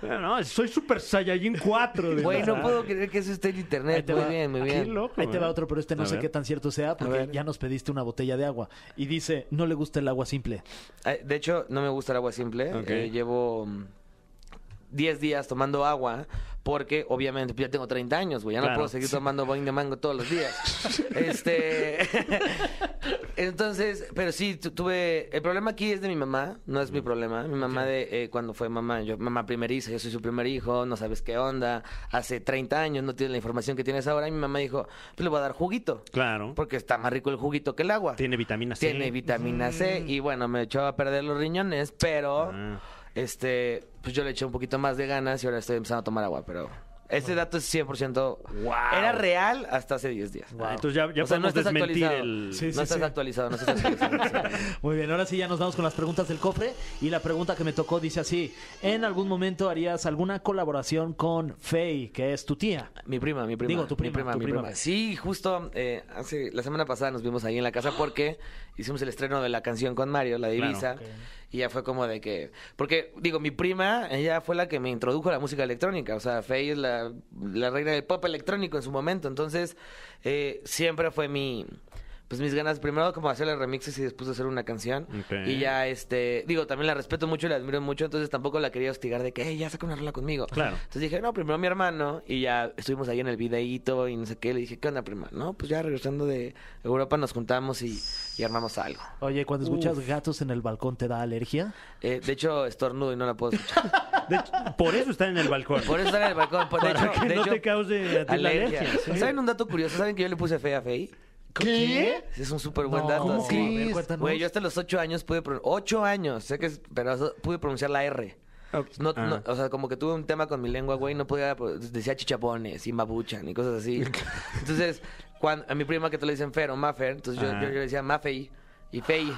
S1: No, no, soy Super Saiyajin 4. de
S7: Güey, no
S1: verdad.
S7: puedo creer que eso esté en internet. Muy bien, muy
S1: Qué
S7: bien.
S1: loco.
S2: Ahí te va
S1: ¿eh?
S2: otro, pero este no
S1: A
S2: sé
S1: ver.
S2: qué tan cierto sea porque ya nos pediste una botella de agua. Y dice, no le gusta el agua simple.
S7: Eh, De hecho, no me gusta el agua simple.
S1: Ok.
S7: Eh, llevo mm, 10 días tomando agua porque, obviamente, ya tengo 30 años, güey. Ya no
S1: Claro.
S7: puedo seguir tomando boing de mango todos los días. este... Entonces, pero sí, tu- tuve... El problema aquí es de mi mamá, no es mi
S1: Mm.
S7: problema. Mi mamá de eh, cuando fue mamá, yo mamá primeriza, yo soy su primer hijo, no sabes qué onda. Hace 30 años no tienes la información que tienes ahora. Y mi mamá dijo, pues le voy a dar juguito.
S1: Claro.
S7: Porque está más rico el juguito que el agua.
S1: Tiene vitamina C. Mm.
S7: Tiene vitamina C y bueno, me echó a perder los riñones, pero
S1: Ah.
S7: este, pues yo le eché un poquito más de ganas y ahora estoy empezando a tomar agua, pero este dato es 100% era real hasta hace 10 días.
S1: Ah, entonces ya, ya
S7: O sea,
S1: podemos
S7: no estás
S1: desmentir
S7: actualizado.
S1: el...
S2: Sí,
S7: no estás actualizado, no estás actualizado.
S2: Muy bien, ahora sí ya nos vamos con las preguntas del cofre. Y la pregunta que me tocó dice así, ¿en algún momento harías alguna colaboración con Faye, que es tu tía?
S7: Mi prima, mi prima.
S2: Digo, tu
S7: mi
S2: prima, tu
S7: mi
S2: prima.
S7: Sí, justo eh, hace, la semana pasada nos vimos ahí en la casa porque hicimos el estreno de la canción con Mario, La
S1: Claro.
S7: Divisa. Y ya fue como de que. Porque, digo, mi prima, ella fue la que me introdujo a la música electrónica. O sea, Faye es la, la reina del pop electrónico en su momento. Entonces, eh, siempre fue mi. Pues mis ganas, primero como hacerle remixes y después hacer una canción.
S1: Ok.
S7: Y ya, este, digo, también la respeto mucho y la admiro mucho, entonces tampoco la quería hostigar de que, hey, ya saca una rola conmigo.
S1: Claro.
S7: Entonces dije, no, primero mi hermano. Y ya estuvimos ahí en el videíto y no sé qué. Le dije, ¿qué onda, prima? No, pues ya regresando de Europa nos juntamos y, y armamos algo.
S2: Oye, cuando escuchas gatos en el balcón, ¿te da alergia?
S7: Eh, de hecho, estornudo y no la puedo escuchar.
S1: De hecho, por eso está en el balcón.
S7: Por eso está en el balcón. por- de
S1: Para
S7: hecho,
S1: que
S7: de
S1: no
S7: hecho,
S1: te cause a ti la alergia, sí.
S7: ¿Saben un dato curioso? ¿Saben que yo le puse fe a Fey?
S2: ¿Qué?
S7: Es un súper buen
S2: No,
S7: dato.
S2: ¿cómo
S7: así.
S2: crees? A ver, cuéntanos.
S7: Güey, yo hasta los ocho años pude pronunciar. Ocho años, sé que es, pero eso- pude pronunciar la R. No,
S1: Ah.
S7: no, o sea, como que tuve un tema con mi lengua, güey, no podía, pro- decía chichapones y mabuchan y cosas así. Entonces, cuando, a mi prima que te le dicen Fer o Mafer, entonces yo,
S1: Ah.
S7: yo- yo le decía Mafei y Fei.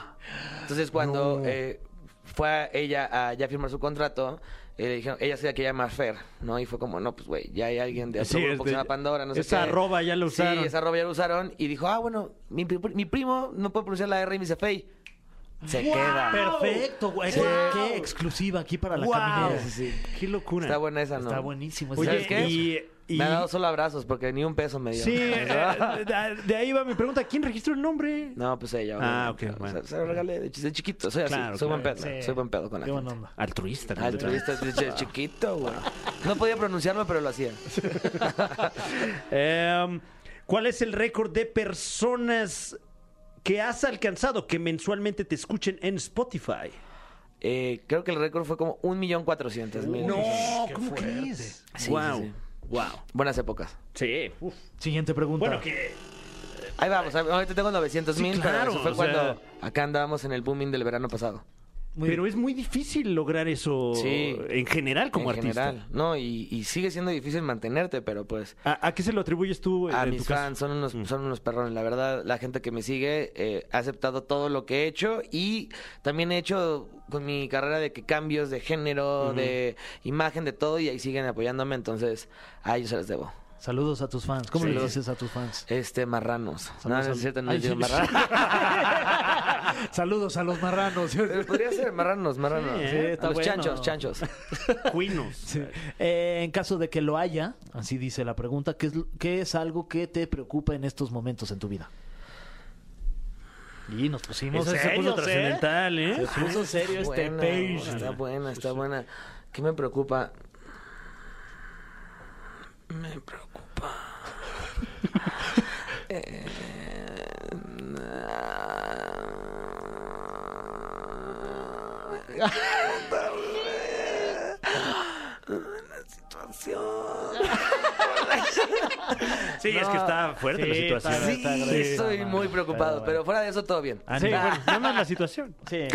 S7: Entonces, cuando eh, fue a ella a ya firmar su contrato, eh, le dijeron, ella se la quería llamar Fer, ¿no? Y fue como, no, pues, güey, ya hay alguien de
S1: Sí,
S7: otro grupo
S1: es
S7: que se
S1: de-
S7: llama Pandora, no sé
S1: esa
S7: qué.
S1: arroba ya la usaron.
S7: Sí, esa arroba ya la usaron y dijo, ah, bueno, mi, pri- mi primo no puede pronunciar la R y me dice Fei. Se queda.
S2: Perfecto, güey.
S7: Sí.
S2: Qué- Qué exclusiva aquí para la
S1: Wow.
S2: caminera.
S7: Sí, sí, sí.
S1: Qué locura.
S7: Está buena esa, ¿no?
S2: Está buenísimo.
S1: Oye,
S7: ¿Sabes qué?
S1: y- y-
S7: Me ha dado solo abrazos porque ni un peso me dio.
S1: Sí, eh, de de ahí va mi pregunta. ¿Quién registró el nombre?
S7: No, pues ella.
S1: Ah,
S7: obviamente.
S1: ok, bueno.
S7: Se, se lo regalé de, ch- de chiquito. Soy así.
S1: Claro,
S7: soy buen
S1: claro,
S7: pedo. Soy buen pedo con la
S2: Qué buena
S7: gente.
S2: onda.
S1: Altruista.
S7: Ah,
S1: ¿no?
S7: Altruista desde chiquito, güey. No podía pronunciarlo, pero lo hacía.
S1: Em, ¿Cuál es el récord de personas que has alcanzado que mensualmente te escuchen en Spotify?
S7: Eh, creo que el récord fue como 1.400.000.
S1: ¿cómo crees?
S7: Sí,
S1: wow,
S7: sí, sí.
S1: wow.
S7: Buenas épocas.
S1: Sí, uf.
S2: Siguiente pregunta.
S1: Bueno, que
S7: Ahí vamos. Ahorita tengo 900.000,
S1: Sí,
S7: pero
S1: claro,
S7: eso fue
S1: o
S7: cuando
S1: sea-
S7: acá andábamos en el booming del verano pasado.
S2: Muy
S1: pero es muy difícil lograr eso
S7: Sí.
S1: en general como
S7: en
S1: artista.
S7: general. No, y, y sigue siendo difícil mantenerte, pero pues...
S1: ¿A, a qué se lo atribuyes tú? eh,
S7: A
S1: en
S7: mis
S1: tu caso?
S7: fans, son unos, son unos perrones. La verdad, la gente que me sigue eh, ha aceptado todo lo que he hecho y también he hecho con mi carrera de que cambios de género, de imagen, de todo, y ahí siguen apoyándome. Entonces, a ellos se les debo.
S2: Saludos a tus fans. ¿Cómo le
S7: Sí.
S2: dices a tus fans?
S7: Este, marranos. No, no
S2: Saludos
S7: es
S2: a-
S7: cierto, no
S2: Ay,
S7: les digo
S2: sí.
S7: marranos.
S2: Saludos a los marranos.
S7: Pero Eh, podría ser marranos, marranos.
S1: Sí,
S7: A
S2: eh, está
S7: los
S2: bueno.
S7: chanchos, chanchos.
S1: Cuinos.
S2: Eh, en caso de que lo haya, así dice la pregunta, ¿qué es, ¿qué es algo que te preocupa en estos momentos en tu vida? Y nos pusimos
S1: Ese se puso
S2: serios, ¿eh?
S1: trascendental, ¿eh?
S2: Se puso serio este
S7: Buena,
S2: page.
S7: Está buena, está buena. ¿Qué me preocupa? Me preocupa. Eh, Una situación.
S1: Sí, es que está fuerte la
S2: Sí,
S1: situación.
S2: está-
S7: Sí,
S2: está grave.
S7: estoy
S2: Está Ah, mal,
S7: muy preocupado,
S2: pero bueno.
S7: pero fuera de eso todo bien. Ah,
S1: Sí, bueno, nada más la situación.
S2: Sí.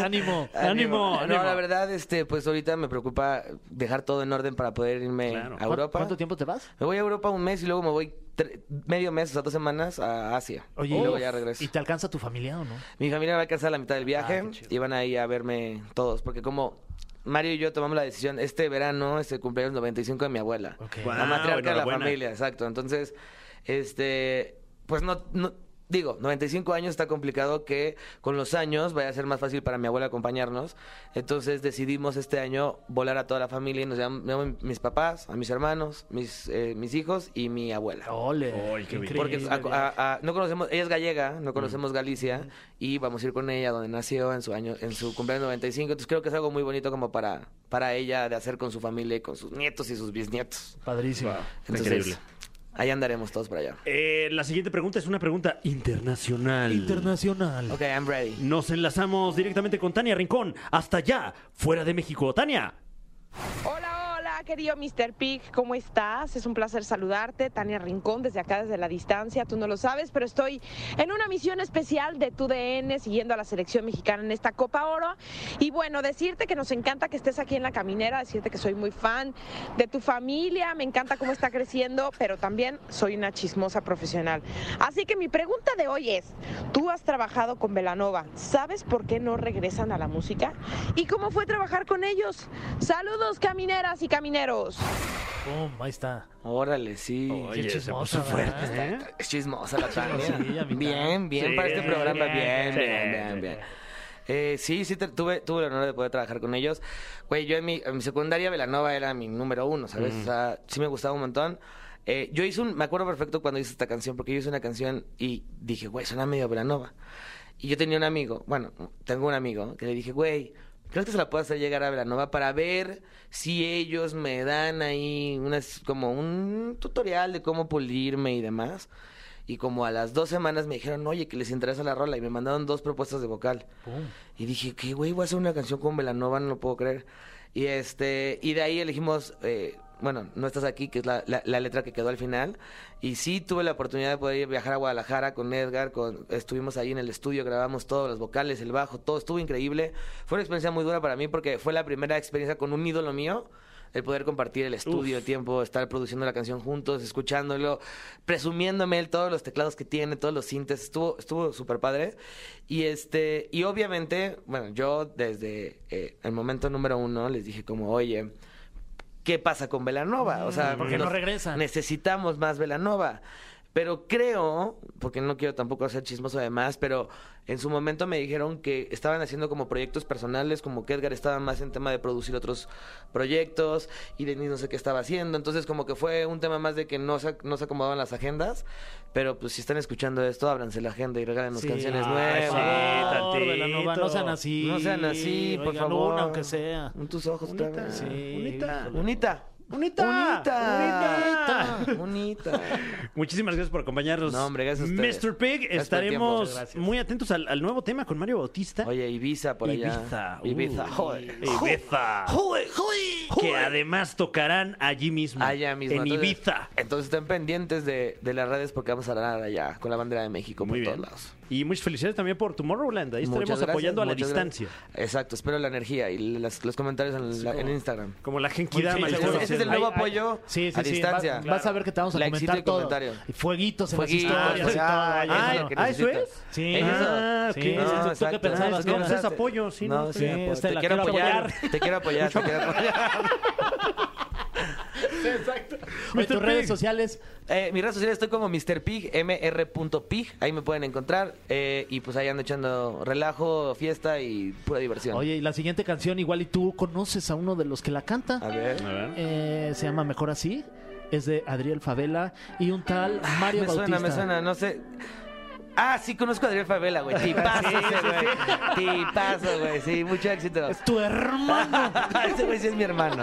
S2: Ánimo.
S1: Ánimo, ánimo.
S7: No, la verdad, este, pues ahorita me preocupa dejar todo en orden para poder irme
S1: Claro.
S7: a Europa.
S2: ¿Cuánto tiempo te vas?
S7: Me voy a Europa un mes y luego me voy tre- medio mes, o sea, dos semanas a Asia. y luego ya regreso.
S2: ¿Y te alcanza tu familia o no?
S7: Mi familia va a alcanzar la mitad del viaje
S2: Ah, qué chido.
S7: y van a ir a verme todos, porque como Mario y yo tomamos la decisión este verano, este cumpleaños 95 de mi abuela.
S2: Ok.
S1: Guau,
S7: La matriarca de la
S1: enhorabuena.
S7: familia, exacto. Entonces, este, pues no, no- digo, 95 años está complicado que con los años vaya a ser más fácil para mi abuela acompañarnos. Entonces decidimos este año volar a toda la familia y nos llam- llamamos mis papás, a mis hermanos, mis, eh, mis hijos y mi abuela.
S2: Ole.
S1: Ay, qué bien.
S7: Porque ah,
S2: increíble.
S7: a- a- a- no conocemos, ella es gallega, no conocemos Galicia y vamos a ir con ella donde nació en su año, en su cumpleaños 95. Entonces creo que es algo muy bonito como para, para ella de hacer con su familia y con sus nietos y sus bisnietos.
S2: Padrísimo.
S7: Entonces,
S1: Increíble.
S7: Ahí andaremos todos para allá.
S1: Eh, la siguiente pregunta es una pregunta internacional.
S2: Internacional.
S7: Ok, I'm ready.
S1: Nos enlazamos directamente con Tania Rincón. Hasta allá, fuera de México. Tania.
S10: Hola, hola, querido Mr. Pig, ¿cómo estás? Es un placer saludarte, Tania Rincón, desde acá, desde la distancia, tú no lo sabes, pero estoy en una misión especial de tu DN siguiendo a la selección mexicana en esta Copa Oro. Y bueno, decirte que nos encanta que estés aquí en la caminera, decirte que soy muy fan de tu familia, me encanta cómo está creciendo, pero también soy una chismosa profesional. Así que mi pregunta de hoy es, tú has trabajado con Velanova, ¿sabes por qué no regresan a la música? ¿Y cómo fue trabajar con ellos? Saludos camineras y camineros.
S2: Pum, ahí está.
S7: Órale, sí.
S1: Oye, se
S2: chismosa,
S1: puso fuerte,
S2: ¿verdad?
S1: ¿eh?
S7: Es chismosa la Tania.
S2: Sí, a mí
S7: bien, bien para este programa. Bien, bien,
S1: sí,
S7: bien.
S1: sí.
S7: bien. Eh, sí, sí, te- tuve, tuve el honor de poder trabajar con ellos. Güey, yo en mi, en mi secundaria Velanova era mi número uno, ¿sabes? O sea, sí me gustaba un montón. Eh, yo hice un, me acuerdo perfecto cuando hice esta canción, porque yo hice una canción y dije, güey, suena medio Velanova. Y yo tenía un amigo, bueno, tengo un amigo, que le dije, güey, ¿crees que se la puedo hacer llegar a Velanova para ver si ellos me dan ahí unas, como un tutorial de cómo pulirme y demás? Y como a las dos semanas me dijeron, oye, que les interesa la rola. Y me mandaron dos propuestas de vocal.
S2: Pum.
S7: Y dije, ¿qué, güey? Voy a hacer una canción con Velanova, no lo puedo creer. Y este, y de ahí elegimos eh, bueno, no estás aquí, que es la, la- la letra que quedó al final. Y sí tuve la oportunidad de poder ir a viajar a Guadalajara con Edgar, con, estuvimos ahí en el estudio, grabamos todos los vocales, el bajo, todo estuvo increíble. Fue una experiencia muy dura para mí porque fue la primera experiencia con un ídolo mío. El poder compartir el estudio, el tiempo, estar produciendo la canción juntos, escuchándolo, presumiéndome él todos los teclados que tiene, todos los sintes, estuvo estuvo súper padre. Y este y obviamente, bueno, yo desde eh, el momento número uno les dije como, oye, qué pasa con Velanova. O sea,
S2: ¿por qué no
S7: nos-
S2: regresan?
S7: Necesitamos más Velanova. Pero creo, porque no quiero tampoco hacer chismoso además, pero en su momento me dijeron que estaban haciendo como proyectos personales, como que Edgar estaba más en tema de producir otros proyectos y Denis no sé qué estaba haciendo. Entonces como que fue un tema más de que no se, no se acomodaban las agendas. Pero pues si están escuchando esto, ábranse la agenda y regálenos
S2: Sí.
S7: canciones
S2: Ay,
S7: nuevas.
S2: por favor, Belanova, no sean así.
S7: No sean así, por
S2: Oigan,
S7: favor.
S2: una aunque sea.
S7: En tus ojos,
S1: Bonita,
S7: cabrón.
S1: bonita,
S7: Bonita.
S1: bonita, bonita.
S7: Bonita.
S1: Muchísimas gracias por acompañarnos.
S7: No, hombre, gracias a ustedes.
S1: Mr. Pig,
S7: Gracias por el tiempo.
S1: estaremos
S7: Muchas gracias.
S1: muy atentos al, al nuevo tema con Mario Bautista.
S7: Oye, Ibiza por allá.
S1: Ibiza. uh,
S7: Ibiza. Joder.
S1: Ibiza.
S7: Joder, joder,
S1: Que
S7: joder.
S1: además tocarán allí mismo.
S7: Allá mismo.
S1: En
S7: Entonces-
S1: Ibiza.
S7: Entonces estén pendientes de, de las redes porque vamos a hablar allá con la bandera de México
S1: Muy
S7: por
S1: bien.
S7: todos lados.
S1: Y muchas felicidades también por Tomorrowland. Ahí
S7: Muchas
S1: estaremos
S7: gracias,
S1: apoyando a la
S7: muchas
S1: distancia.
S7: gracias. Exacto, espero la energía y las- los comentarios en, la- en Instagram.
S1: Como la Genkidama.
S7: Oye, sí,
S1: seguro.
S7: ese es el nuevo apoyo
S2: sí, sí,
S7: a
S2: sí,
S7: distancia.
S2: va- vas a ver que te vamos a
S7: Likecito
S2: comentar
S7: y
S2: todo.
S7: comentario.
S2: Y Fueguitos en
S7: Fueguitos,
S2: las historias y
S7: ah,
S2: todo.
S7: ah,
S2: Ay,
S7: lo que
S1: ah, ¿eso
S7: necesitas.
S1: es?
S2: Sí.
S7: Es eso.
S1: Ah, ok.
S2: Sí,
S1: No,
S2: ¿tú qué
S7: exacto.
S2: pensabas que
S7: No,
S2: era?
S7: exacto.
S1: Es apoyo, sí, no,
S7: No,
S1: sí, este,
S7: sí,
S2: apoyo.
S7: pues,
S2: Te
S7: te,
S2: la
S7: quiero
S2: quiero
S7: apoyar.
S2: apoyar.
S7: Te quiero apoyar, te quiero apoyar.
S2: Oye, tus redes sociales.
S7: Eh, mis redes sociales estoy como Mr. Pig, mr.pig, ahí me pueden encontrar. eh, y pues ahí ando echando relajo, fiesta y pura diversión.
S2: Oye, y la siguiente canción, igual y tú conoces a uno de los que la canta.
S7: A ver.
S1: A ver.
S2: Eh, se llama Mejor Así. Es de Adriel Favela y un tal Mario
S7: me
S2: Bautista.
S7: suena, me suena, no sé. Ah, sí, conozco a Adriel Favela, güey. Tipazo ese, güey. Tipazo, güey. Sí, mucho éxito.
S2: Es tu hermano.
S7: ese güey sí es mi hermano.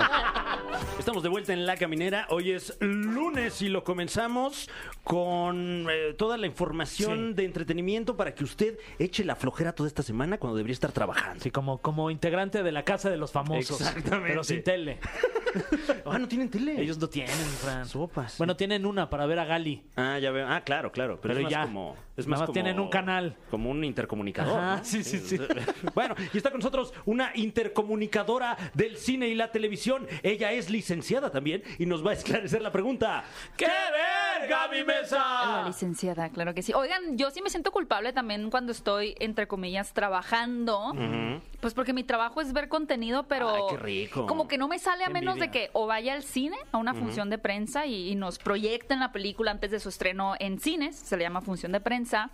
S1: Estamos de vuelta en La Caminera. Hoy es lunes y lo comenzamos con eh, toda la información de entretenimiento para que usted eche la flojera toda esta semana cuando debería estar trabajando.
S2: Sí, como, como integrante de la casa de los famosos.
S1: Exactamente.
S2: Pero sin tele.
S1: Ah, no tienen tele.
S2: Ellos no tienen, Fran.
S1: Sopas.
S2: Bueno, tienen una para ver a Gali.
S1: Ah, ya veo. Ah, claro, claro. Pero,
S2: Pero
S1: es más
S2: ya.
S1: como. Es
S2: Nada
S1: más
S2: más
S1: como-
S2: tienen un canal.
S1: Como un intercomunicador.
S2: Ajá,
S1: ¿no?
S2: sí, sí, sí.
S1: bueno, y está con nosotros una intercomunicadora del cine y la televisión. Ella es licenciada también y nos va a esclarecer la pregunta. ¡Qué ver, Gaby
S11: La
S1: Mesa!
S11: licenciada, claro que sí. Oigan, yo sí me siento culpable también cuando estoy, entre comillas, trabajando. Pues porque mi trabajo es ver contenido, pero
S1: Ay, qué rico.
S11: como que no me sale a
S1: Qué
S11: menos de
S1: envidia.
S11: que o vaya al cine a una función de prensa y, y nos proyecten la película antes de su estreno en cines, se le llama función de prensa,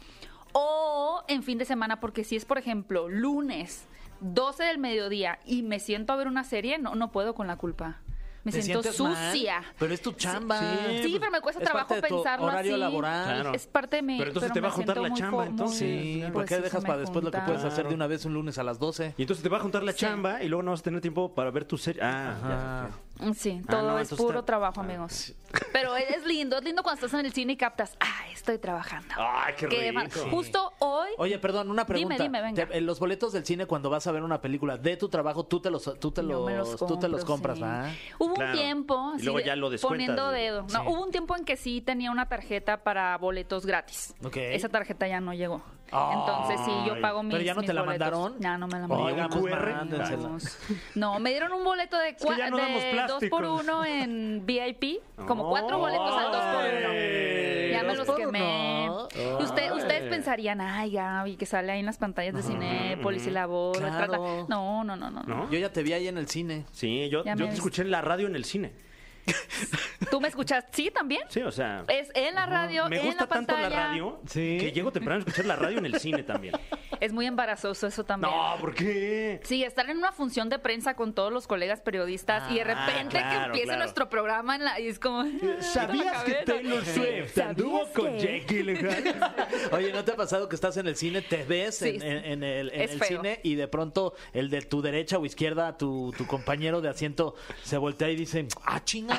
S11: o en fin de semana, porque si es, por ejemplo, lunes, 12 del mediodía y me siento a ver una serie, no, no puedo con la culpa. Me
S2: ¿Te
S11: siento
S2: sientes mal?
S11: sucia.
S2: Pero es tu chamba.
S11: Sí,
S2: Sí, pues,
S11: pero me cuesta
S2: es parte
S11: trabajo
S2: de tu
S11: pensarlo
S2: horario
S11: así.
S2: laboral.
S1: Claro.
S11: Es parte de mi.
S1: Pero entonces te
S11: me
S1: va a juntar
S11: siento
S1: la
S11: muy
S1: chamba,
S11: cómo-
S1: entonces.
S11: muy-
S2: Sí,
S1: claro.
S2: ¿por
S11: pues
S2: qué
S11: sí,
S2: dejas
S11: se
S2: para
S11: me
S2: después lo que
S11: junta.
S2: puedes hacer de una vez un lunes a las 12?
S1: Y entonces te va a juntar la chamba y luego no vas a tener tiempo para ver tu serie. Ah, ya.
S2: Ajá.
S11: Mm, Sí,
S1: Ah,
S11: todo
S1: no,
S11: es
S1: entonces te-
S11: puro
S1: Ah,
S11: trabajo, amigos. Pero es es lindo, es lindo cuando estás en el cine y captas, ah, estoy trabajando.
S1: Ay, Ah, qué
S11: mar-
S1: rico.
S11: Justo hoy.
S2: Oye, perdón, una pregunta.
S11: dime, venga.
S2: Te- eh, los boletos del cine cuando vas a ver una película de tu trabajo, tú te los tú te
S11: Yo
S2: los,
S11: me
S2: tú te los
S11: compro,
S2: compras,
S11: sí.
S2: ¿va?
S11: Hubo
S1: Claro.
S11: un tiempo
S1: Y
S11: así
S1: luego
S11: de-
S1: ya lo descuentas,
S11: poniendo
S1: ¿no?
S11: dedo. No,
S2: Sí.
S11: hubo un tiempo en que sí tenía una tarjeta para boletos gratis.
S2: Ok.
S11: Esa tarjeta ya no llegó.
S2: Ay.
S11: Entonces sí, yo pago mis
S2: ¿Pero ya no
S11: mis
S2: te la
S11: boletos.
S2: mandaron?
S11: Ya no me la
S2: Oigan,
S11: mandaron.
S2: pues,
S11: Nos
S2: mándensela.
S11: mandamos. No, me dieron un boleto de,
S1: que ya no damos
S11: de dos
S1: plásticos.
S11: por uno en VIP. Como cuatro boletos al dos por uno. Ya me
S2: Dos
S11: los
S2: por
S11: quemé.
S2: uno.
S11: Y usted- ustedes pensarían, ay, Gaby, que sale ahí en las pantallas de Cinépolis y la voz. la
S2: Claro.
S11: trata". No, no, no, no. no.
S1: ¿No?
S2: Yo ya te vi ahí en el cine.
S1: Sí, yo,
S11: Ya
S1: yo
S11: me
S1: te
S11: ves.
S1: escuché en la radio en el cine.
S11: ¿Tú me escuchaste? ¿Sí también?
S1: Sí, o sea.
S11: Es en la radio,
S1: me
S11: en
S1: gusta
S11: la pantalla.
S1: tanto la radio
S2: Sí.
S1: que llego temprano a escuchar la radio en el cine también.
S11: Es muy embarazoso eso también.
S1: No, ¿por qué?
S11: Sí, estar en una función de prensa con todos los colegas periodistas y de repente
S1: Ah, claro,
S11: que empiece
S1: claro. Eh,
S11: nuestro programa en la, y es como...
S1: ¿Sabías que Taylor Swift anduvo con Jake Gyllenhaal?
S2: Oye, ¿no te ha pasado que estás en el cine, te ves
S11: Sí,
S2: en,
S11: sí.
S2: en- en el, en
S11: Es
S2: el
S11: feo.
S2: cine y de pronto el de tu derecha o izquierda, tu, tu compañero de asiento, se voltea y dice, ah, chinga.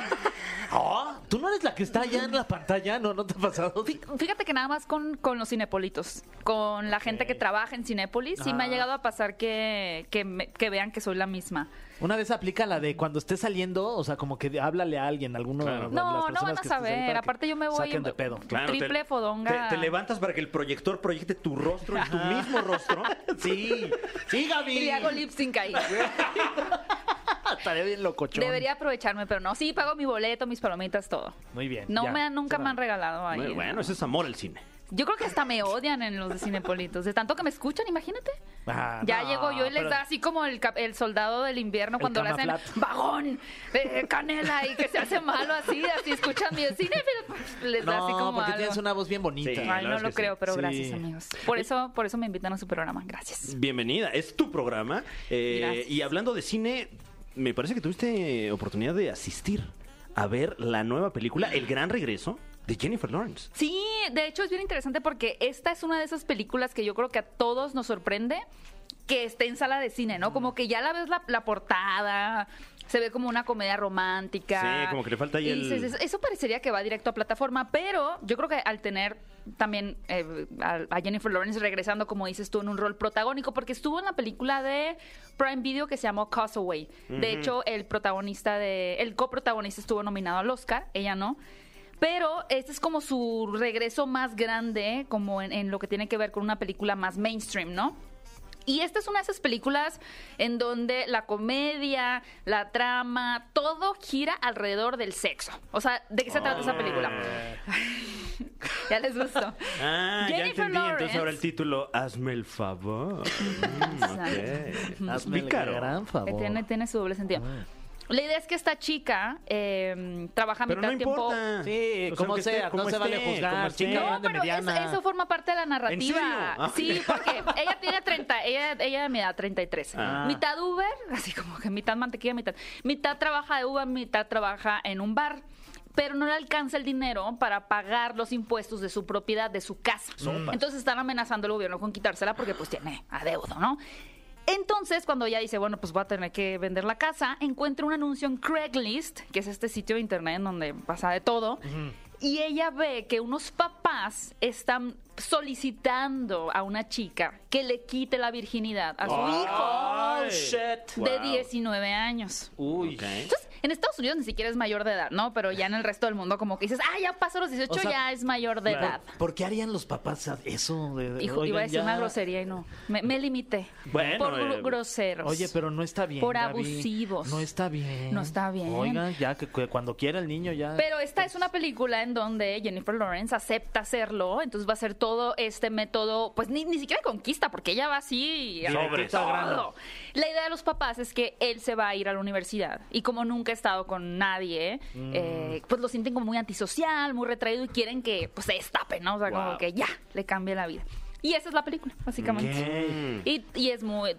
S2: Ah, ¿Tú no eres la que está allá en la pantalla? ¿No, no te ha pasado?
S11: Fíjate que nada más con, con los cinepolitos, con la gente que trabaja en Cinépolis, sí me ha
S2: Ah.
S11: llegado a pasar que, que, me- que vean que soy la misma.
S2: Una vez aplica la de cuando estés saliendo, o sea, como que háblale a alguien, alguno de las
S11: No,
S2: personas
S11: no van a
S2: que estés ahí
S11: saber.
S2: para que
S11: Aparte yo me voy
S2: saquen de pedo.
S11: Claro, triple te- fodonga.
S1: Te, te levantas para que el proyector proyecte tu rostro y tu mismo rostro.
S2: Sí, sí, Gaby.
S11: Y le hago lip sync ahí.
S2: Ah, Estaría bien locochón.
S11: Debería aprovecharme, pero no. Sí, pago mi boleto, mis palomitas, todo.
S2: Muy bien.
S11: No
S2: ya.
S11: me han- nunca me han regalado ahí.
S1: Muy bueno, ese es amor al cine.
S11: Yo creo que hasta me odian en los de Cinepolitos. De tanto que me escuchan, imagínate.
S2: Ah,
S11: Ya
S2: no,
S11: llego yo y les
S2: pero-
S11: da así como el, cap- el soldado del invierno
S2: El
S11: cuando le hacen
S2: camaflat.
S11: vagón, eh, canela y que se hace malo así, así escuchan mi cine, pero les da
S2: No,
S11: así como
S2: porque
S11: algo.
S2: tienes una voz bien bonita.
S1: Sí.
S11: Ay,
S1: la
S11: no
S1: verdad
S11: lo
S1: es que
S11: creo,
S1: sí.
S11: pero
S2: Sí.
S11: gracias, amigos. Por eso, por eso me invitan a su programa. Gracias.
S1: Bienvenida, es tu programa. Eh,
S11: Gracias.
S1: y hablando de cine, me parece que tuviste oportunidad de asistir a ver la nueva película El Gran Regreso de Jennifer Lawrence.
S11: Sí, de hecho es bien interesante porque esta es una de esas películas que yo creo que a todos nos sorprende que esté en sala de cine, ¿no?
S1: Mm.
S11: Como que ya la ves la, la portada, se ve como una comedia romántica.
S1: Sí, como que le falta ahí
S11: Y
S1: el-
S11: dices, "Eso- eso parecería que va directo a plataforma, pero yo creo que al tener también eh, a, a Jennifer Lawrence regresando, como dices tú, en un rol protagónico, porque estuvo en la película de Prime Video que se llamó Castaway. De
S12: Ujú.
S11: hecho, el protagonista de, el coprotagonista estuvo nominado al Oscar, ella no. Pero este es como su regreso más grande, como en, en lo que tiene que ver con una película más mainstream, ¿no? Y esta es una de esas películas en donde la comedia, la trama, todo gira alrededor del sexo. O sea, ¿de qué se trata esa película? Ya les gustó.
S1: Ah, ya
S11: Jennifer
S1: entendí. Entonces
S11: Lawrence.
S1: ahora el título, hazme el favor. Mm, ok.
S2: Hazme el
S1: Pícaro.
S2: gran favor.
S11: Tiene, tiene su doble sentido.
S1: Ah.
S11: La idea es que esta chica eh, trabaja
S1: Pero
S11: mitad
S1: no
S11: tiempo.
S1: importa.
S2: Sí,
S1: O sea,
S2: como
S1: aunque
S2: sea,
S1: esté- como
S2: no se vale
S1: esté,
S2: juzgar,
S1: como esté.
S2: chica.
S11: No,
S2: grande,
S11: pero eso,
S2: mediana.
S11: eso forma parte de la
S1: serio?
S11: narrativa.
S1: Ah.
S11: Sí, porque ella tiene 30, ella, ella de mi edad, 33.
S1: Ah.
S11: Mitad Uber, así como que mitad mantequilla, mitad. Mitad trabaja de Uber, mitad trabaja en un bar. Pero no le alcanza el dinero para pagar los impuestos de su propiedad, de su casa.
S12: Sopas.
S11: Entonces están amenazando al gobierno con quitársela porque pues tiene adeudo, ¿no? Entonces, cuando ella dice, bueno, pues voy a tener que vender la casa, encuentra un anuncio en Craigslist, que es este sitio de internet en donde pasa de todo, y ella ve que unos papás están solicitando a una chica que le quite la virginidad a su
S2: Oh,
S11: hijo
S2: shit.
S11: de
S2: Wow.
S11: 19 años.
S2: Uy.
S11: Entonces, en Estados Unidos ni siquiera es mayor de edad, ¿no? Pero ya en el resto del mundo como que dices, ah, ya pasó los 18,
S2: O sea,
S11: ya es mayor de
S2: Claro.
S11: edad.
S2: ¿Por qué harían los papás eso? De, de-
S11: Hijo,
S2: oigan,
S11: iba a decir
S2: ya-
S11: una grosería y no. Me, me limité.
S2: Bueno,
S11: por gro-
S2: eh,
S11: groseros.
S2: Oye, pero no está bien.
S11: Por
S2: Gaby.
S11: abusivos.
S2: No está bien.
S11: No está bien.
S2: Oigan, ya que, que cuando quiera el niño ya.
S11: Pero esta es una película en donde Jennifer Lawrence acepta hacerlo, entonces va a ser todo este método, pues ni, ni siquiera conquista, porque ella va así a
S2: Directito al grano.
S11: todo. La idea de los papás es que él se va a ir a la universidad y como nunca ha estado con nadie,
S2: Mm.
S11: eh, pues lo sienten como muy antisocial, muy retraído y quieren que pues se destape, ¿no? O sea,
S12: Wow.
S11: como que ya le cambie la vida. Y esa es la película, básicamente. Y, y es muy.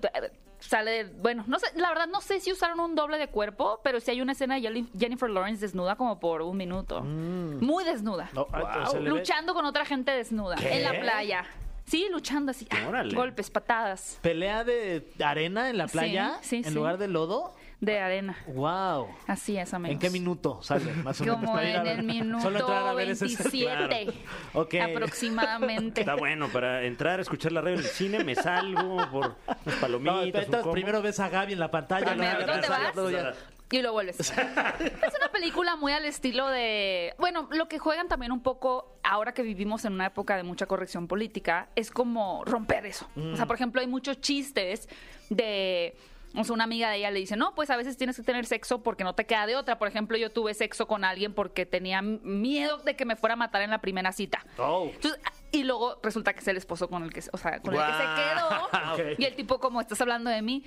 S11: Sale, bueno, no sé, la verdad no sé si usaron un doble de cuerpo, pero sí hay una escena de Jenny- Jennifer Lawrence desnuda como por un minuto. Muy desnuda.
S2: Mm. No, ah, se le ve-
S11: Luchando con otra gente desnuda
S2: ¿Qué?
S11: en la playa. Sí, luchando así. ah,
S2: Órale.
S11: golpes, patadas
S2: Pelea de arena en la
S11: Sí,
S2: playa
S11: sí,
S2: en
S11: sí.
S2: lugar de lodo.
S11: de arena.
S2: Wow.
S11: Así es, amigos.
S2: ¿En qué minuto sale? Más o menos,
S11: Como
S2: para ir a
S11: en
S2: ver?
S11: el minuto
S2: Solo entrar a ver ese-
S11: 27
S2: Claro. Ok.
S11: aproximadamente.
S1: Está bueno, para entrar, escuchar la radio del cine, me salgo por unas
S2: No,
S1: palomitas. un
S2: entonces
S1: combo.
S2: primero ves a Gaby en la pantalla.
S11: Primero,
S2: luego
S11: ¿dónde
S2: ves a-
S11: vas?
S2: luego ya-
S11: Y lo vuelves. es una película muy al estilo de. Bueno, lo que juegan también un poco, ahora que vivimos en una época de mucha corrección política, es como romper eso. O
S2: Mm.
S11: sea, por ejemplo, hay muchos chistes de. O sea, una amiga de ella le dice, no, pues a veces tienes que tener sexo porque no te queda de otra. Por ejemplo, yo tuve sexo con alguien porque tenía m- miedo de que me fuera a matar en la primera cita.
S2: Oh.
S11: Entonces, y luego resulta que es el esposo con el que, o sea, con el que se quedó.
S12: Guau. Ok.
S11: Y el tipo, como estás hablando de mí.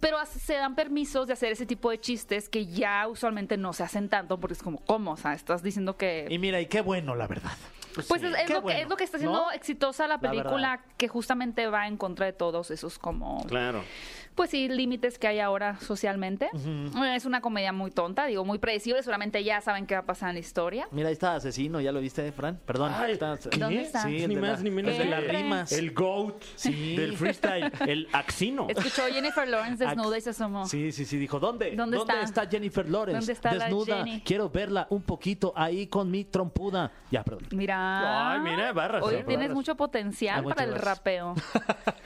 S11: Pero as- se dan permisos de hacer ese tipo de chistes que ya usualmente no se hacen tanto porque es como, ¿cómo? O sea, estás diciendo que...
S2: Y mira, y qué bueno, la verdad.
S11: Pues es, es
S2: Qué
S11: lo que, es
S2: bueno,
S11: lo que está haciendo
S2: ¿no?
S11: exitosa la
S2: La
S11: película
S2: verdad.
S11: que justamente va en contra de todos esos como...
S1: Claro.
S11: pues sí, límites que hay ahora socialmente. Es una comedia muy tonta, digo, muy predecible, seguramente ya saben qué va a pasar en la historia.
S2: Mira, ahí está asesino, ¿ya lo viste, Fran? Perdón.
S1: Ay,
S2: está-
S11: ¿qué? ¿Dónde está?
S2: Sí, el
S1: Ni
S2: de
S1: más
S2: la-
S1: ni menos
S2: el de
S1: que
S2: las
S11: Hombre.
S2: rimas.
S1: El GOAT
S2: Sí.
S1: del freestyle, el axino.
S11: Escuchó Jennifer Lawrence desnuda y se asomó.
S2: Sí, sí, sí, dijo, ¿dónde?
S11: ¿Dónde está?
S2: Jennifer Lawrence?
S11: ¿Dónde está la
S2: Desnuda,
S11: Jenny?
S2: quiero verla un poquito ahí con mi trompuda. Ya, perdón.
S11: Mira.
S1: Ay, mira, barras,
S11: Hoy
S1: barras.
S11: tienes mucho
S2: Ah,
S11: potencial
S2: muchas
S11: para el
S2: gracias.
S11: rapeo.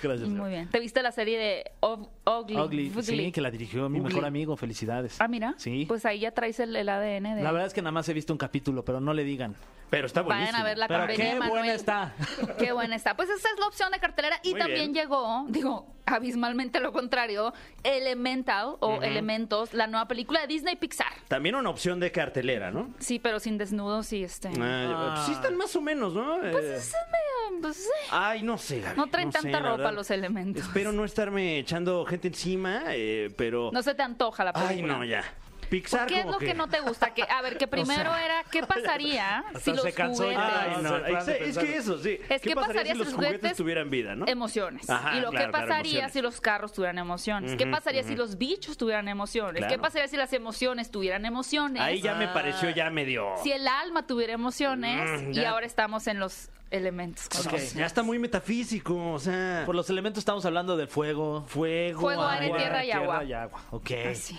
S2: Gracias.
S11: Muy bien. ¿Te viste la serie de Ov- Ugly?
S2: Ugly, sí,
S11: Ugly?
S2: que la dirigió mi
S11: Ugly.
S2: mejor amigo, felicidades.
S11: Ah, mira.
S2: Sí.
S11: Pues eh. ahí ya traes el, el ADN de.
S2: La verdad es que nada más he visto un capítulo, pero no le digan.
S1: Pero está buenísimo.
S11: Vayan a ver la
S2: Pero
S11: Benny
S2: qué
S11: Emanuel.
S2: buena está.
S11: Qué buena está. Pues esa es la opción de cartelera. Y
S1: Muy
S11: también
S1: bien.
S11: llegó, digo, abismalmente lo contrario, Elemental o Elementos, la nueva película de Disney Pixar.
S1: También una opción de cartelera, ¿no?
S11: Sí, pero sin desnudos y este.
S1: Ah, pues Sí están más o menos, ¿no?
S11: Pues
S1: Eh,
S11: es medio. pues, eh.
S1: Ay, no sé, Gaby,
S11: no traen
S1: sé,
S11: tanta
S1: la
S11: ropa
S1: verdad.
S11: los elementos.
S1: Espero no estarme echando gente encima, eh, pero...
S11: No se te antoja la película.
S1: Ay, no, ya. Pixar
S11: ¿Qué es
S1: como
S11: lo que... no te gusta? Que, a ver, que primero era, ¿qué pasaría si
S2: se
S11: los
S2: cansó
S11: juguetes
S2: ya.
S1: Ay, no,
S2: No, se
S1: es,
S2: puede
S1: es
S2: pensar.
S1: que eso, sí.
S11: Es que
S1: ¿Qué pasaría si los juguetes,
S11: juguetes
S1: tuvieran vida, no?
S11: emociones?
S1: Ajá,
S11: y lo
S1: claro,
S11: que
S1: claro,
S11: pasaría
S1: emociones.
S11: si los carros tuvieran emociones. ¿Qué
S1: Ujú,
S11: pasaría si los bichos tuvieran emociones? ¿Qué
S1: Claro.
S11: pasaría si las emociones tuvieran emociones?
S1: Ahí ya me pareció ya medio...
S11: Si el alma tuviera emociones
S1: Mm,
S11: y
S1: ya.
S11: ahora estamos en los elementos. con
S1: No,
S11: emociones.
S1: Ya está muy metafísico, o sea...
S2: Por los elementos estamos hablando del fuego.
S1: Fuego,
S11: Fuego, aire,
S1: agua.
S11: tierra y agua. Ah,
S2: Tierra y agua. Ok.
S11: Así.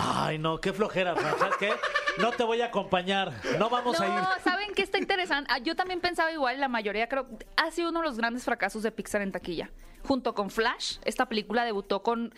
S2: Ay, no, qué flojera, Fran. ¿Sabes qué? No te voy a acompañar. No vamos a ir.
S11: No, ¿saben qué está interesante? Ah, Yo también pensaba igual, la mayoría creo, ha sido uno de los grandes fracasos de Pixar en taquilla. Junto con Flash, esta película debutó con,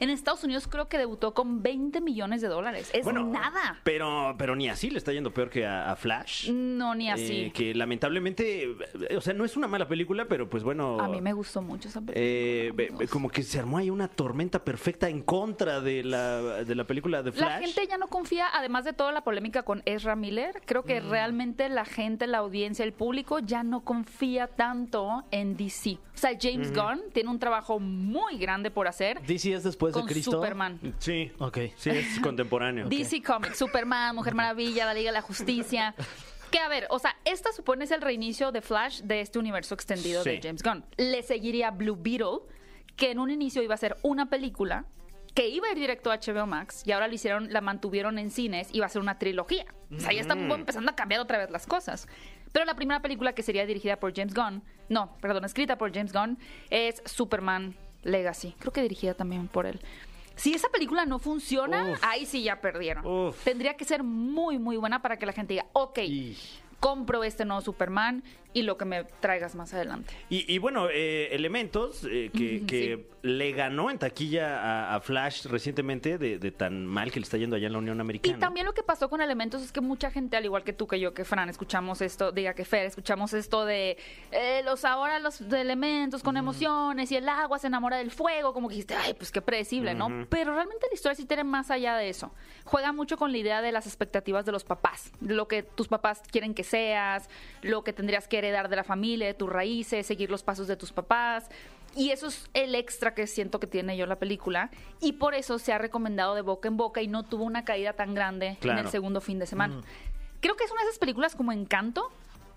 S11: en Estados Unidos creo que debutó con 20 millones de dólares. Es
S1: Bueno,
S11: nada.
S1: Pero, pero ni así le está yendo peor que a, a Flash.
S11: No, ni así.
S1: Eh, que lamentablemente, eh, o sea, no es una mala película, pero pues bueno.
S11: A mí me gustó mucho esa película.
S1: eh, be- be-
S11: amigos.
S1: como que se armó ahí una tormenta perfecta en contra de la, de la película de Flash.
S11: La gente ya no confía, además de toda la polémica con Ezra Miller, creo
S1: Mm.
S11: que realmente la gente, la audiencia, el público ya no confía tanto en DC. O sea, James Gunn tiene un trabajo muy grande por hacer
S2: DC es después
S11: con
S2: de Cristo. Mm,
S11: Superman.
S1: Sí,
S2: Ok.
S1: sí, es contemporáneo.
S11: DC Comics, Superman, Mujer Maravilla, la Liga de la Justicia. Que a ver, o sea, esta supone es el reinicio de Flash de este universo extendido de
S1: Sí.
S11: James Gunn. Le seguiría Blue Beetle, que en un inicio iba a ser una película que iba a ir directo a HBO Max y ahora lo hicieron, la mantuvieron en cines y va a ser una trilogía. O sea, ya están empezando a cambiar otra vez las cosas. Pero la primera película que sería dirigida por James Gunn, no, perdón, escrita por James Gunn, es Superman Legacy. Creo que dirigida también por él. Si esa película no funciona, ahí sí ya perdieron.
S1: Uf.
S11: Tendría que ser muy, muy buena para que la gente diga, ok,
S2: Y-
S11: compro este nuevo Superman y lo que me traigas más adelante.
S1: Y, y bueno, eh, Elementos, eh, que, que le ganó en taquilla a, a Flash recientemente de, de tan mal que le está yendo allá en la Unión Americana.
S11: Y también lo que pasó con Elementos es que mucha gente, al igual que tú, que yo, que Fran, escuchamos esto, diga que Fer, escuchamos esto de eh, los ahora los de Elementos con emociones y el agua se enamora del fuego, como que dijiste, ay, pues qué predecible, ¿no? Pero realmente la historia sí tiene más allá de eso. Juega mucho con la idea de las expectativas de los papás, de lo que tus papás quieren que seas, lo que tendrías que heredar de la familia, de tus raíces, seguir los pasos de tus papás. Y eso es el extra que siento que tiene yo la película. Y por eso se ha recomendado de boca en boca y no tuvo una caída tan grande
S1: Claro.
S11: en el segundo fin de semana. Creo que es una de esas películas como Encanto.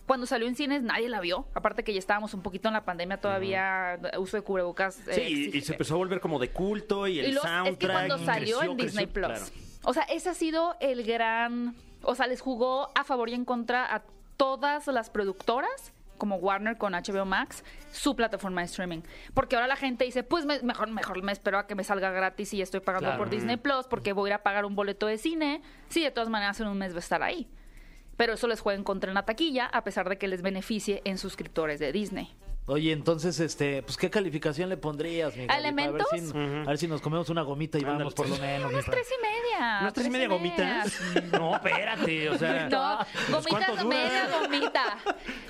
S11: Cuando salió en cines nadie la vio. Aparte que ya estábamos un poquito en la pandemia todavía, uso de cubrebocas. eh,
S1: Sí, y- y,
S11: exigente.
S1: se empezó a volver como de culto y el
S11: Y luego,
S1: soundtrack.
S11: Es que cuando
S1: y
S11: salió
S1: creció,
S11: en Disney
S1: creció,
S11: Plus.
S1: claro.
S11: O sea, ese ha sido el gran. O sea, les jugó a favor y en contra a todas las productoras, como Warner con HBO Max, su plataforma de streaming. Porque ahora la gente dice, pues me- mejor, mejor me espero a que me salga gratis y estoy pagando por Disney Plus, porque voy a ir a pagar un boleto de cine. Sí, de todas maneras en un mes va a estar ahí. Pero eso les juega en contra en la taquilla, a pesar de que les beneficie en suscriptores de Disney.
S2: Oye, entonces, este, pues, ¿qué calificación le pondrías, mi
S11: ¿A
S2: Gaby? Para
S11: Elementos?
S2: ver si- A ver, si, nos comemos una gomita y
S1: Ándale.
S2: vamos por lo menos. mi
S11: Unas
S2: Fran.
S11: Pues tres y media.
S1: ¿Unas tres y media gomitas? No, espérate, o sea.
S11: No,
S1: pues, ¿cuánto
S11: gomitas
S1: dura?
S11: media gomita.